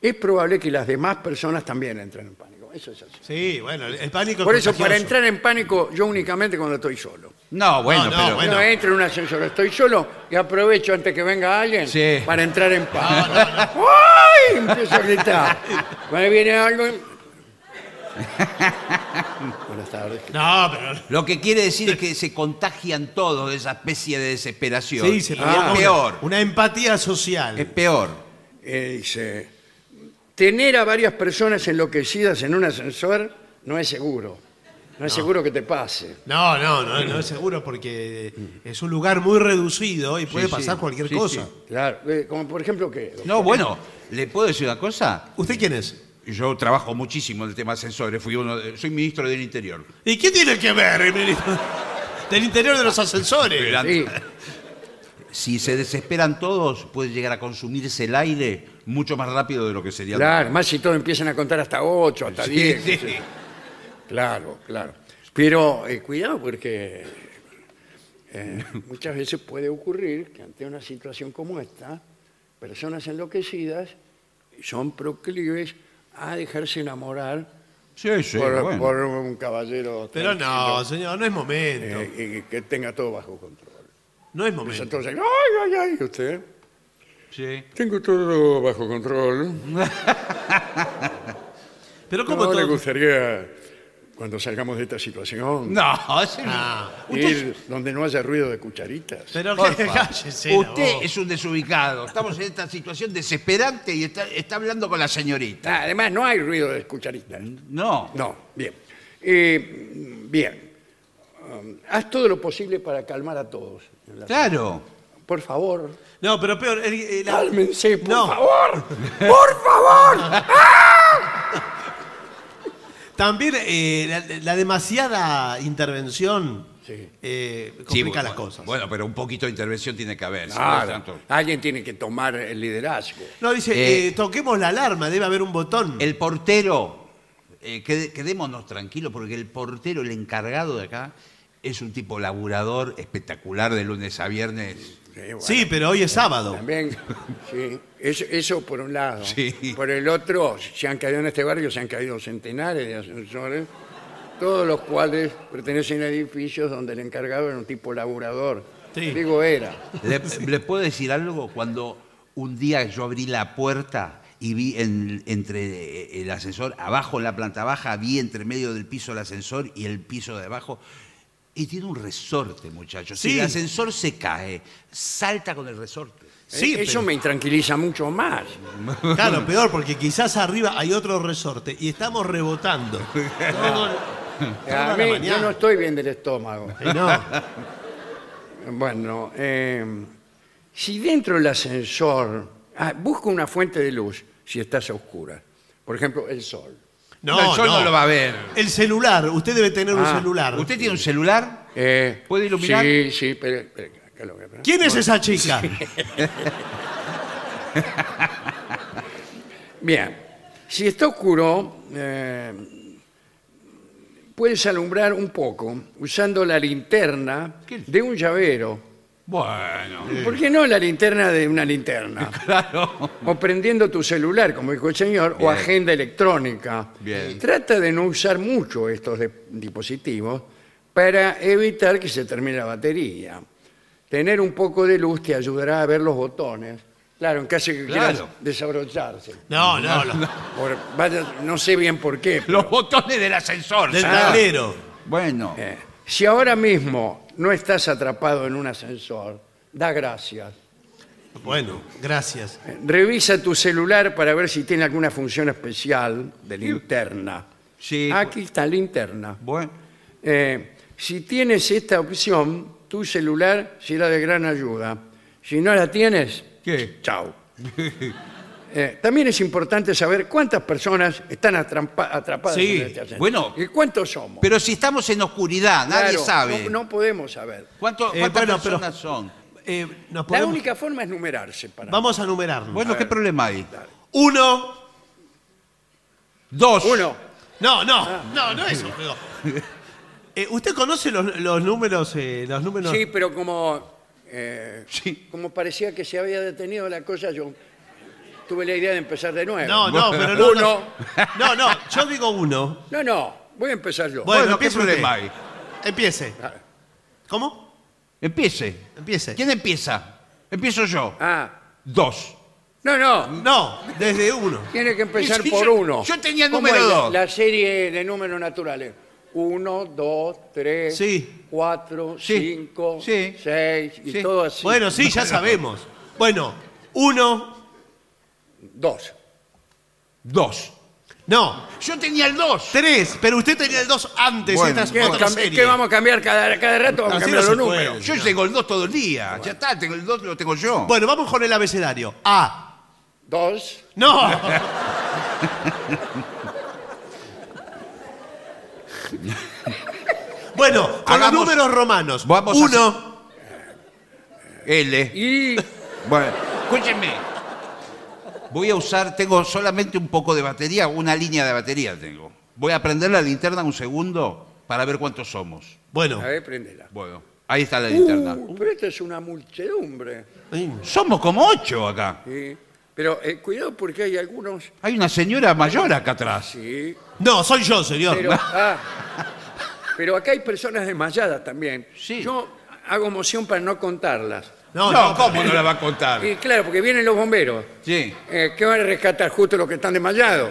[SPEAKER 2] es probable que las demás personas también entren en pánico. Eso es así.
[SPEAKER 4] Sí, bueno, el- el pánico es
[SPEAKER 2] Por eso, para
[SPEAKER 4] contagioso.
[SPEAKER 2] entrar en pánico, yo únicamente cuando estoy solo.
[SPEAKER 5] No, bueno,
[SPEAKER 4] No, no,
[SPEAKER 5] pero.
[SPEAKER 4] bueno.
[SPEAKER 2] No entro en un ascensor, estoy solo y aprovecho antes que venga alguien
[SPEAKER 5] Sí.
[SPEAKER 2] para entrar en pánico. ¡Ay! Empiezo a gritar. Cuando viene algo. Buenas tardes.
[SPEAKER 4] No, pero.
[SPEAKER 5] Lo que quiere decir es que se contagian todos de esa especie de desesperación.
[SPEAKER 4] Sí, se
[SPEAKER 5] Y
[SPEAKER 4] podía-
[SPEAKER 5] es
[SPEAKER 4] una-
[SPEAKER 5] Ah, peor.
[SPEAKER 4] Una empatía social.
[SPEAKER 5] Es peor.
[SPEAKER 2] Eh, dice, tener a varias personas enloquecidas en un ascensor no es seguro. No es seguro que te pase.
[SPEAKER 4] No, no, no, no es seguro porque es un lugar muy reducido y puede
[SPEAKER 5] sí.
[SPEAKER 4] pasar cualquier
[SPEAKER 5] Sí,
[SPEAKER 4] cosa.
[SPEAKER 5] sí.
[SPEAKER 2] Claro, eh, como por ejemplo que
[SPEAKER 5] No, bueno, ¿le puedo decir una cosa?
[SPEAKER 4] ¿Usted quién es?
[SPEAKER 5] Yo trabajo muchísimo en el tema ascensores, fui uno de- soy ministro del Interior.
[SPEAKER 4] ¿Y qué tiene que ver el ministro? Del interior de los ascensores.
[SPEAKER 5] Pero Si se desesperan todos, puede llegar a consumirse el aire mucho más rápido de lo que sería.
[SPEAKER 2] claro, más si todos empiezan a contar hasta 8, hasta 10. qué
[SPEAKER 5] Sí,
[SPEAKER 2] sé yo. Claro, claro. Pero eh, cuidado porque eh, muchas veces puede ocurrir que ante una situación como esta, personas enloquecidas son proclives a dejarse enamorar
[SPEAKER 5] sí, sí,
[SPEAKER 2] por,
[SPEAKER 5] bueno.
[SPEAKER 2] por un caballero.
[SPEAKER 4] Pero no,
[SPEAKER 2] tranquilo.
[SPEAKER 4] señor, no es momento.
[SPEAKER 2] Eh, y que tenga todo bajo control.
[SPEAKER 4] no es
[SPEAKER 2] Pues
[SPEAKER 4] momento.
[SPEAKER 2] entonces, ay, ay, ay, ¿y usted,
[SPEAKER 5] Sí.
[SPEAKER 2] tengo todo bajo control.
[SPEAKER 4] Pero como
[SPEAKER 2] ¿Cómo le
[SPEAKER 4] todo.
[SPEAKER 2] gustaría, cuando salgamos de esta situación,
[SPEAKER 5] No, ese no.
[SPEAKER 4] Ah,
[SPEAKER 2] ir donde no haya ruido de cucharitas?
[SPEAKER 4] pero
[SPEAKER 5] Por
[SPEAKER 4] que
[SPEAKER 5] favor.
[SPEAKER 4] cállese. la
[SPEAKER 5] Usted
[SPEAKER 4] voz.
[SPEAKER 5] es un desubicado. Estamos en esta situación desesperante y está, está hablando con la señorita.
[SPEAKER 2] Ah, además, no hay ruido de cucharitas.
[SPEAKER 5] No.
[SPEAKER 2] No, bien. Eh, bien. Um, haz todo lo posible para calmar a todos.
[SPEAKER 5] Claro.
[SPEAKER 2] Por favor,
[SPEAKER 4] No, pero peor. el- el- la-
[SPEAKER 2] cálmense, por
[SPEAKER 4] No.
[SPEAKER 2] favor. ¡Por favor!
[SPEAKER 4] También eh, la, la demasiada intervención
[SPEAKER 2] Sí.
[SPEAKER 4] eh, complica
[SPEAKER 5] Sí,
[SPEAKER 4] las
[SPEAKER 5] bueno,
[SPEAKER 4] cosas.
[SPEAKER 5] Bueno, pero un poquito de intervención tiene que haber. si
[SPEAKER 4] Ah.
[SPEAKER 5] no es
[SPEAKER 2] Claro,
[SPEAKER 5] tanto-
[SPEAKER 2] alguien tiene que tomar el liderazgo.
[SPEAKER 4] No, dice,
[SPEAKER 5] Eh,
[SPEAKER 4] eh, toquemos la alarma, debe haber un botón.
[SPEAKER 5] El portero, eh, qued- quedémonos tranquilos porque el portero, el encargado de acá, es un tipo laburador espectacular de lunes a viernes.
[SPEAKER 2] Sí, bueno.
[SPEAKER 4] Sí, pero hoy es sábado.
[SPEAKER 2] También, sí. Eso, eso por un lado.
[SPEAKER 5] Sí.
[SPEAKER 2] Por el otro, se han caído en este barrio, se han caído centenares de ascensores, todos los cuales pertenecen a edificios donde el encargado era un tipo laburador.
[SPEAKER 4] Sí.
[SPEAKER 2] Digo, era.
[SPEAKER 5] ¿Le, le puedo decir algo? Cuando un día yo abrí la puerta y vi en- entre eh, el ascensor, abajo en la planta baja, vi entre medio del piso el ascensor y el piso de abajo. Y tiene un resorte, muchachos. Si
[SPEAKER 4] Sí.
[SPEAKER 5] el ascensor se cae, salta con el resorte.
[SPEAKER 4] Sí,
[SPEAKER 2] Eh, eso
[SPEAKER 4] pero-
[SPEAKER 2] me intranquiliza mucho más.
[SPEAKER 4] Claro, peor, porque quizás arriba hay otro resorte y estamos rebotando. Todo- toda
[SPEAKER 2] A
[SPEAKER 4] la
[SPEAKER 2] mí,
[SPEAKER 4] mañana.
[SPEAKER 2] yo no estoy bien del estómago.
[SPEAKER 4] Ay, no.
[SPEAKER 2] Bueno, eh, si dentro del ascensor, ah, busco una fuente de luz, si estás a oscuras. Por ejemplo, el sol.
[SPEAKER 4] No,
[SPEAKER 5] el sol no. lo va a ver.
[SPEAKER 4] El celular, usted debe tener un
[SPEAKER 2] Ah,
[SPEAKER 4] celular.
[SPEAKER 5] ¿Usted tiene un celular?
[SPEAKER 2] Eh,
[SPEAKER 5] ¿Puede iluminar?
[SPEAKER 2] Sí, sí, pero, pero- acá lo voy a poner.
[SPEAKER 4] ¿Quién es esa chica?
[SPEAKER 2] Bien, si está oscuro, eh, puedes alumbrar un poco usando la linterna
[SPEAKER 5] ¿Qué?
[SPEAKER 2] de un llavero.
[SPEAKER 5] Bueno.
[SPEAKER 2] ¿Por qué no la linterna de una linterna?
[SPEAKER 5] Claro.
[SPEAKER 2] O prendiendo tu celular, como dijo el señor, o
[SPEAKER 5] Bien.
[SPEAKER 2] agenda electrónica.
[SPEAKER 5] Bien.
[SPEAKER 2] Trata de no usar mucho estos de- dispositivos para evitar que se termine la batería. Tener un poco de luz te ayudará a ver los botones. Claro, en caso que quieras
[SPEAKER 3] Claro.
[SPEAKER 2] desabrocharse.
[SPEAKER 4] No, no, no.
[SPEAKER 2] Por- vaya- no sé bien por qué. pero-
[SPEAKER 3] Los botones del ascensor.
[SPEAKER 4] Del
[SPEAKER 3] señor.
[SPEAKER 4] tablero.
[SPEAKER 3] Bueno,
[SPEAKER 2] Eh, si ahora mismo no estás atrapado en un ascensor, da gracias.
[SPEAKER 4] Bueno, gracias.
[SPEAKER 2] Eh, Revisa tu celular para ver si tiene alguna función especial de linterna.
[SPEAKER 5] Ah,
[SPEAKER 3] Sí. pues.
[SPEAKER 2] Aquí está linterna.
[SPEAKER 3] bueno.
[SPEAKER 2] Eh, si tienes esta opción, tu celular será de gran ayuda. Si no la tienes,
[SPEAKER 3] ¿Qué?
[SPEAKER 2] chao. Eh, también es importante saber cuántas personas están atrampa- atrapadas
[SPEAKER 3] Sí,
[SPEAKER 2] en este ascensor.
[SPEAKER 3] bueno.
[SPEAKER 2] ¿Y cuántos somos?
[SPEAKER 3] Pero si estamos en
[SPEAKER 2] Eh,
[SPEAKER 3] oscuridad, nadie
[SPEAKER 2] Claro,
[SPEAKER 3] sabe.
[SPEAKER 2] No, no podemos saber.
[SPEAKER 3] ¿Cuánto-
[SPEAKER 4] Eh,
[SPEAKER 3] ¿Cuántas
[SPEAKER 4] bueno, pero-
[SPEAKER 3] personas son?
[SPEAKER 4] Eh, nos
[SPEAKER 2] La
[SPEAKER 4] podemos-
[SPEAKER 2] única forma es numerarse. Para
[SPEAKER 4] Vamos a numerarnos.
[SPEAKER 3] Bueno, ¿qué problema hay?
[SPEAKER 4] Uno.
[SPEAKER 3] Dos.
[SPEAKER 2] Uno.
[SPEAKER 4] No, no, no, no es un juego. Eh, ¿Usted conoce los, los números? eh, los números?
[SPEAKER 2] Sí, pero como, eh,
[SPEAKER 3] Sí.
[SPEAKER 2] como parecía que se había detenido la cosa, yo tuve la idea de empezar de nuevo.
[SPEAKER 4] No, no, pero no. no.
[SPEAKER 2] Uno.
[SPEAKER 4] No, no, yo digo uno.
[SPEAKER 2] No, no, voy a empezar yo.
[SPEAKER 4] Bueno,
[SPEAKER 3] Bueno, ¿qué
[SPEAKER 4] empiece
[SPEAKER 3] problema
[SPEAKER 4] usted.
[SPEAKER 3] hay?
[SPEAKER 4] Empiece.
[SPEAKER 2] Ah,
[SPEAKER 4] ¿Cómo?
[SPEAKER 3] Empiece.
[SPEAKER 4] Empiece.
[SPEAKER 3] ¿Quién empieza? Empiezo yo.
[SPEAKER 2] Ah,
[SPEAKER 3] Dos.
[SPEAKER 2] no, no,
[SPEAKER 4] No, desde uno.
[SPEAKER 2] tiene que empezar
[SPEAKER 3] Sí, sí,
[SPEAKER 2] por
[SPEAKER 3] yo-
[SPEAKER 2] uno.
[SPEAKER 3] yo tenía el
[SPEAKER 2] ¿Cómo
[SPEAKER 3] número
[SPEAKER 2] es la-
[SPEAKER 3] dos.
[SPEAKER 2] La, serie de números naturales. Uno, dos, tres,
[SPEAKER 4] Sí.
[SPEAKER 2] cuatro,
[SPEAKER 3] Sí.
[SPEAKER 2] cinco,
[SPEAKER 3] Sí.
[SPEAKER 2] seis y
[SPEAKER 3] Sí.
[SPEAKER 2] todo así.
[SPEAKER 4] Bueno, sí, ya sabemos. Bueno, uno.
[SPEAKER 2] Dos.
[SPEAKER 3] Dos.
[SPEAKER 4] No,
[SPEAKER 3] Yo tenía el dos.
[SPEAKER 4] tres, pero usted tenía el dos antes.
[SPEAKER 3] Bueno,
[SPEAKER 4] esta es
[SPEAKER 2] ¿Qué,
[SPEAKER 4] otra
[SPEAKER 2] cambi-
[SPEAKER 4] serie.
[SPEAKER 2] qué vamos a cambiar cada, cada rato? Vamos a
[SPEAKER 4] Así
[SPEAKER 2] cambiar
[SPEAKER 4] no se
[SPEAKER 2] los
[SPEAKER 4] puede.
[SPEAKER 2] números.
[SPEAKER 3] Yo tengo el dos todo el día. Ya está, tengo el dos, lo tengo yo.
[SPEAKER 4] Bueno, vamos con el abecedario. A.
[SPEAKER 2] Dos,
[SPEAKER 4] No. bueno, con los
[SPEAKER 3] Hagamos-
[SPEAKER 4] números romanos.
[SPEAKER 3] Vamos a
[SPEAKER 4] uno.
[SPEAKER 3] L.
[SPEAKER 2] y
[SPEAKER 3] Bueno, escúchenme. Voy a usar, tengo solamente un poco de batería, una línea de batería tengo. Voy a prender la linterna un segundo para ver cuántos somos.
[SPEAKER 4] Bueno.
[SPEAKER 2] a ver, prendela.
[SPEAKER 3] Bueno, ahí está la linterna.
[SPEAKER 2] Uh, pero esta es una muchedumbre.
[SPEAKER 3] Somos como ocho acá.
[SPEAKER 2] Sí. Pero eh, cuidado porque hay algunos.
[SPEAKER 3] Hay una señora mayor acá atrás.
[SPEAKER 2] Sí.
[SPEAKER 4] No, soy yo, señor.
[SPEAKER 2] Pero, ah, pero acá hay personas desmayadas también.
[SPEAKER 3] Sí.
[SPEAKER 2] Yo hago moción para no contarlas.
[SPEAKER 4] No, no,
[SPEAKER 3] ¿cómo no la va a contar?
[SPEAKER 2] Y claro, porque vienen los bomberos.
[SPEAKER 3] Sí.
[SPEAKER 2] eh, que van a rescatar justo los que están desmayados.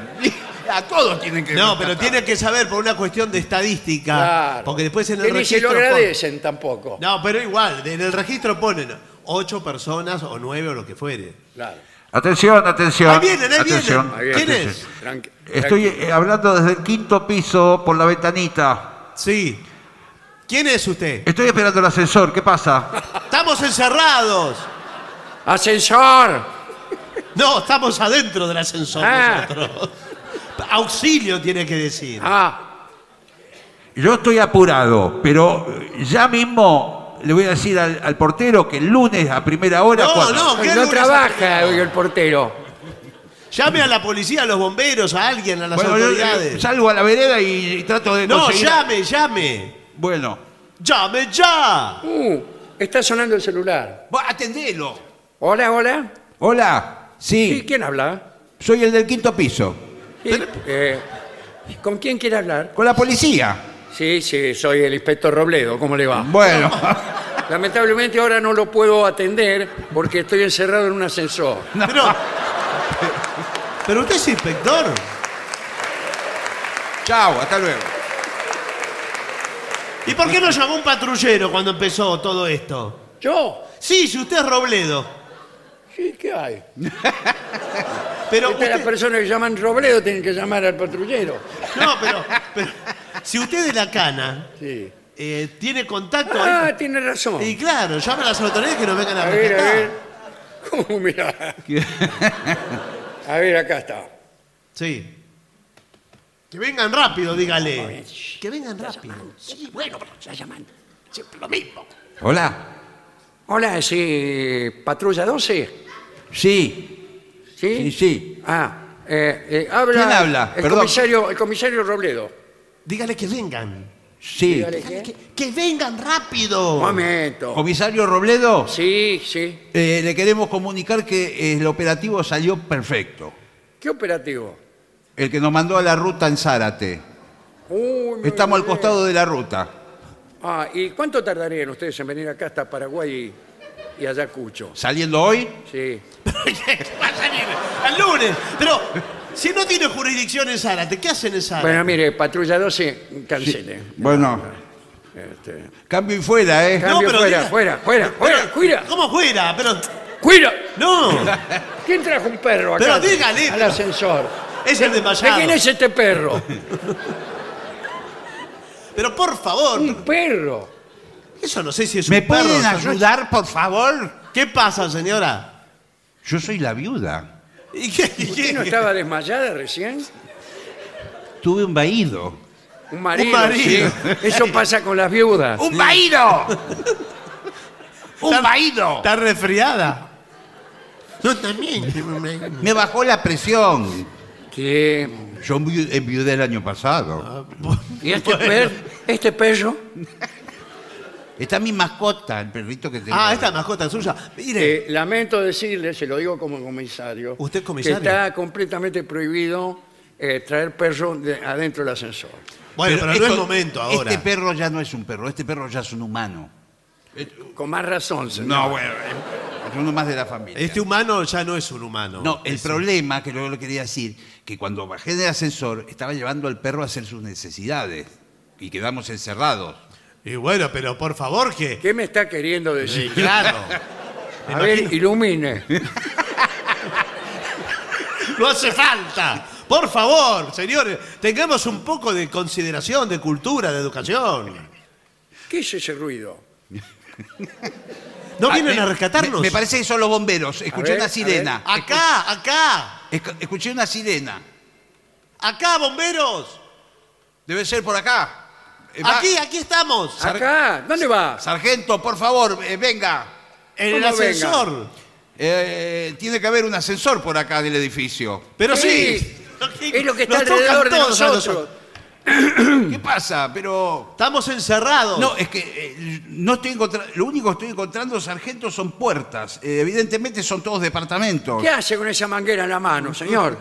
[SPEAKER 3] A todos tienen que
[SPEAKER 4] No, pero tiene que saber por una cuestión de estadística.
[SPEAKER 2] Claro.
[SPEAKER 4] Porque después en el
[SPEAKER 2] que ni se
[SPEAKER 4] registro.
[SPEAKER 2] lo
[SPEAKER 4] pon-
[SPEAKER 2] agradecen tampoco.
[SPEAKER 4] No, pero igual, en el registro ponen ocho personas o nueve o lo que fuere.
[SPEAKER 2] Claro.
[SPEAKER 5] Atención, atención.
[SPEAKER 4] Ahí vienen, ahí
[SPEAKER 5] atención,
[SPEAKER 4] vienen. ¿Quién
[SPEAKER 5] atención.
[SPEAKER 4] es?
[SPEAKER 2] Tranqui-
[SPEAKER 5] Estoy
[SPEAKER 2] tranqui-
[SPEAKER 5] eh, hablando desde el quinto piso por la ventanita.
[SPEAKER 4] Sí. ¿Quién es usted?
[SPEAKER 5] Estoy esperando el ascensor, ¿qué pasa?
[SPEAKER 4] ¡Estamos encerrados!
[SPEAKER 2] ¡Ascensor!
[SPEAKER 4] No, estamos adentro del ascensor
[SPEAKER 2] Ah.
[SPEAKER 4] nosotros. Auxilio tiene que decir.
[SPEAKER 2] Ah,
[SPEAKER 5] Yo estoy apurado, pero eh, ya mismo le voy a decir al, al portero que el lunes a primera hora.
[SPEAKER 4] No,
[SPEAKER 5] cuando-
[SPEAKER 4] no. ¿Qué
[SPEAKER 2] no
[SPEAKER 4] lunes
[SPEAKER 2] trabaja hoy el portero.
[SPEAKER 4] Llame a la policía, a los bomberos, a alguien, a las
[SPEAKER 5] Bueno, yo, eh,
[SPEAKER 4] autoridades.
[SPEAKER 5] salgo a la vereda y, y trato de.
[SPEAKER 4] No,
[SPEAKER 5] conseguir-
[SPEAKER 4] llame, llame.
[SPEAKER 5] Bueno,
[SPEAKER 4] Llame ya.
[SPEAKER 2] Uh, está sonando el celular.
[SPEAKER 3] Vos Atendelo.
[SPEAKER 2] Hola, hola.
[SPEAKER 3] Hola.
[SPEAKER 2] Sí, ¿quién habla?
[SPEAKER 3] soy el del quinto piso.
[SPEAKER 2] Sí, eh, ¿Con quién quiere hablar?
[SPEAKER 3] Con la policía.
[SPEAKER 2] Sí, sí, soy el inspector Robledo. ¿Cómo le va?
[SPEAKER 3] Bueno.
[SPEAKER 2] Lamentablemente ahora no lo puedo atender porque estoy encerrado en un ascensor.
[SPEAKER 4] Pero, pero usted es inspector.
[SPEAKER 3] Chao, hasta luego.
[SPEAKER 4] ¿Y por qué no llamó un patrullero cuando empezó todo esto?
[SPEAKER 2] ¿Yo?
[SPEAKER 4] Sí, si usted es Robledo.
[SPEAKER 2] Sí, ¿qué hay?
[SPEAKER 4] Pero
[SPEAKER 2] Estas las
[SPEAKER 4] usted-
[SPEAKER 2] personas que llaman Robledo tienen que llamar al patrullero.
[SPEAKER 4] no, pero, pero si usted es la cana,
[SPEAKER 2] Sí.
[SPEAKER 4] eh, tiene contacto.
[SPEAKER 2] Ah, tiene razón.
[SPEAKER 4] Y claro, llame a las autoridades que nos vengan a,
[SPEAKER 2] A ver, a
[SPEAKER 4] rescatar.
[SPEAKER 2] ver. ¿Cómo mirá? A ver, acá está.
[SPEAKER 4] Sí. Que vengan rápido, dígale. Que vengan rápido.
[SPEAKER 7] Sí, bueno, pero ya llaman. Siempre lo mismo.
[SPEAKER 3] Hola.
[SPEAKER 2] Hola, sí, patrulla 12.
[SPEAKER 3] Sí.
[SPEAKER 2] ¿Sí?
[SPEAKER 3] Sí, sí.
[SPEAKER 2] Ah, eh, eh, habla.
[SPEAKER 3] ¿Quién habla?
[SPEAKER 2] El
[SPEAKER 3] Perdón.
[SPEAKER 2] comisario, el comisario Robledo.
[SPEAKER 4] Dígale que vengan.
[SPEAKER 3] Sí.
[SPEAKER 2] Dígale que-
[SPEAKER 4] Que, que vengan rápido.
[SPEAKER 2] Un momento.
[SPEAKER 3] Comisario Robledo,
[SPEAKER 2] Sí, sí.
[SPEAKER 3] eh, le queremos comunicar que eh, el operativo salió perfecto.
[SPEAKER 2] ¿Qué operativo?
[SPEAKER 3] El que nos mandó a la ruta en Zárate.
[SPEAKER 2] Uy, muy
[SPEAKER 3] Estamos al
[SPEAKER 2] bien.
[SPEAKER 3] costado de la ruta.
[SPEAKER 2] Ah, ¿y cuánto tardarían ustedes en venir acá hasta Paraguay? y Ayacucho.
[SPEAKER 5] ¿Saliendo hoy?
[SPEAKER 2] Sí.
[SPEAKER 4] Va a salir el lunes. Pero si no tiene jurisdicción en Zárate, ¿qué hacen en
[SPEAKER 3] Ah,
[SPEAKER 4] Zárate?
[SPEAKER 2] Bueno, mire, Patrulla 12, cancele.
[SPEAKER 5] Bueno.
[SPEAKER 2] Este,
[SPEAKER 5] Cambio y fuera, ¿eh?
[SPEAKER 2] Cambio
[SPEAKER 4] pero
[SPEAKER 2] fuera,
[SPEAKER 4] diga-
[SPEAKER 2] fuera, fuera, fuera, cuida,
[SPEAKER 4] ¿Cómo fuera? Pero.
[SPEAKER 2] cuida.
[SPEAKER 4] No,
[SPEAKER 2] ¿Quién trajo un perro acá?
[SPEAKER 4] Pero dígale,
[SPEAKER 2] Al
[SPEAKER 4] pero-
[SPEAKER 2] ascensor.
[SPEAKER 4] es el
[SPEAKER 2] ¿De
[SPEAKER 4] desmayado.
[SPEAKER 2] quién es este perro?
[SPEAKER 4] Pero por favor,
[SPEAKER 2] Un perro.
[SPEAKER 4] eso no sé si es un
[SPEAKER 5] ¿Me
[SPEAKER 4] perro,
[SPEAKER 5] pueden
[SPEAKER 4] eso no es-
[SPEAKER 5] ayudar, por favor?
[SPEAKER 4] ¿Qué pasa, señora?
[SPEAKER 5] Yo soy la viuda.
[SPEAKER 4] ¿Y qué? y
[SPEAKER 2] ¿Usted
[SPEAKER 4] qué-
[SPEAKER 2] no estaba desmayada recién?
[SPEAKER 5] Tuve un vaído.
[SPEAKER 2] Un marido.
[SPEAKER 4] Un marido. Uh.
[SPEAKER 2] sí. Eso pasa con las viudas.
[SPEAKER 5] ¡Un vaído! ¡Un
[SPEAKER 4] Tan-
[SPEAKER 5] vaído!
[SPEAKER 4] ¿Está resfriada?
[SPEAKER 8] Yo también.
[SPEAKER 5] Me bajó la presión.
[SPEAKER 2] Sí.
[SPEAKER 5] Yo envi- enviudé el año pasado.
[SPEAKER 2] ¿Y este, perro? este perro?
[SPEAKER 5] Está mi mascota, el perrito que tengo.
[SPEAKER 4] Ah, esta mascota es suya. Mire,
[SPEAKER 2] Eh, lamento decirle, se lo digo como comisario.
[SPEAKER 4] ¿Usted es comisario?
[SPEAKER 2] Que está completamente prohibido eh, traer perros de- adentro del ascensor.
[SPEAKER 4] bueno, pero, no
[SPEAKER 5] esto-
[SPEAKER 4] es momento ahora.
[SPEAKER 5] Este perro ya no es un perro, este perro ya es un humano.
[SPEAKER 2] Con más razón, señor.
[SPEAKER 5] No, bueno, es uno más de la familia.
[SPEAKER 4] Este humano ya no es un humano.
[SPEAKER 5] Eh, no, eh- el
[SPEAKER 4] Es-
[SPEAKER 5] problema que luego le quería decir, que cuando bajé del ascensor estaba llevando al perro a hacer sus necesidades y quedamos encerrados.
[SPEAKER 4] Y bueno, pero por favor que.
[SPEAKER 2] ¿Qué me está queriendo decir?
[SPEAKER 4] Claro.
[SPEAKER 2] A ver, ilumine.
[SPEAKER 4] No hace falta. Por favor, señores, tengamos un poco de consideración, de cultura, de educación.
[SPEAKER 2] ¿Qué es ese ruido?
[SPEAKER 4] ¿No
[SPEAKER 5] Ah,
[SPEAKER 4] vienen
[SPEAKER 5] me-
[SPEAKER 4] a rescatarnos?
[SPEAKER 5] Me, me parece que son los bomberos. Escuché
[SPEAKER 2] ver, a
[SPEAKER 5] una
[SPEAKER 2] ver.
[SPEAKER 5] sirena.
[SPEAKER 4] Acá, acá,
[SPEAKER 5] Escu- Escuché una sirena.
[SPEAKER 4] acá, bomberos.
[SPEAKER 5] Debe ser por acá. Eh, va- Ah,
[SPEAKER 4] Aquí, aquí estamos.
[SPEAKER 2] Acá, ¿dónde va?
[SPEAKER 5] Sargento, por favor, eh, venga.
[SPEAKER 4] En el
[SPEAKER 2] ¿Cómo venga?
[SPEAKER 4] ascensor.
[SPEAKER 5] Eh, tiene que haber un ascensor por acá del edificio.
[SPEAKER 4] Pero sí.
[SPEAKER 2] Sí. Es lo que está alrededor de
[SPEAKER 4] todos a
[SPEAKER 2] nosotros.
[SPEAKER 5] ¿Qué pasa? Pero.
[SPEAKER 4] Estamos encerrados.
[SPEAKER 5] No, es que eh, no estoy encontrando. Lo único que estoy encontrando, sargento, son puertas. Eh, evidentemente son todos departamentos.
[SPEAKER 2] ¿Qué hace con esa manguera en la mano, señor?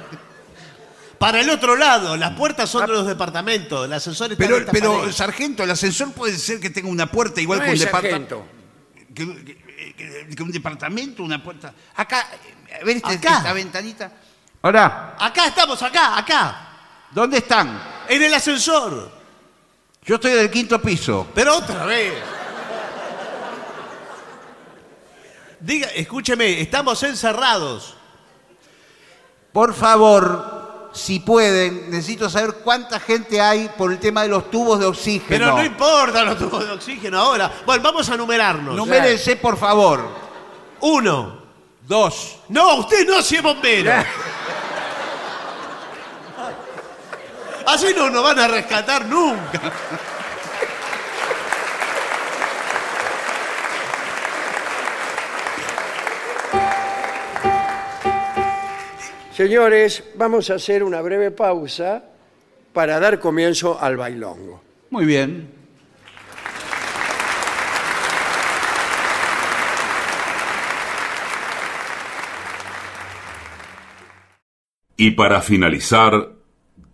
[SPEAKER 4] Para el otro lado, las puertas son de los departamentos. El ascensor está en
[SPEAKER 5] Ah. Pero,
[SPEAKER 4] esta
[SPEAKER 5] pero
[SPEAKER 4] pared.
[SPEAKER 5] sargento, el ascensor puede ser que tenga una puerta igual
[SPEAKER 2] No
[SPEAKER 5] que un
[SPEAKER 2] es
[SPEAKER 5] departamento.
[SPEAKER 2] sargento.
[SPEAKER 5] Que, que- que- que un departamento, una puerta. Acá, eh, a ver esta,
[SPEAKER 4] Acá.
[SPEAKER 5] esta ventanita.
[SPEAKER 9] Ahora,
[SPEAKER 4] Acá estamos, acá, acá.
[SPEAKER 5] ¿Dónde están?
[SPEAKER 4] En el ascensor.
[SPEAKER 5] Yo estoy del quinto piso.
[SPEAKER 4] Pero otra vez. Diga, escúcheme, estamos encerrados.
[SPEAKER 5] Por favor, si pueden, necesito saber cuánta gente hay por el tema de los tubos de oxígeno.
[SPEAKER 4] Pero no, importa los tubos de oxígeno ahora. Bueno, vamos a numerarnos.
[SPEAKER 5] Numérense, por favor.
[SPEAKER 4] Uno.
[SPEAKER 5] Dos.
[SPEAKER 4] No, usted no, si es bombero. Así no nos van a rescatar nunca.
[SPEAKER 2] Señores, vamos a hacer una breve pausa para dar comienzo al bailongo.
[SPEAKER 5] Muy bien.
[SPEAKER 10] Y para finalizar,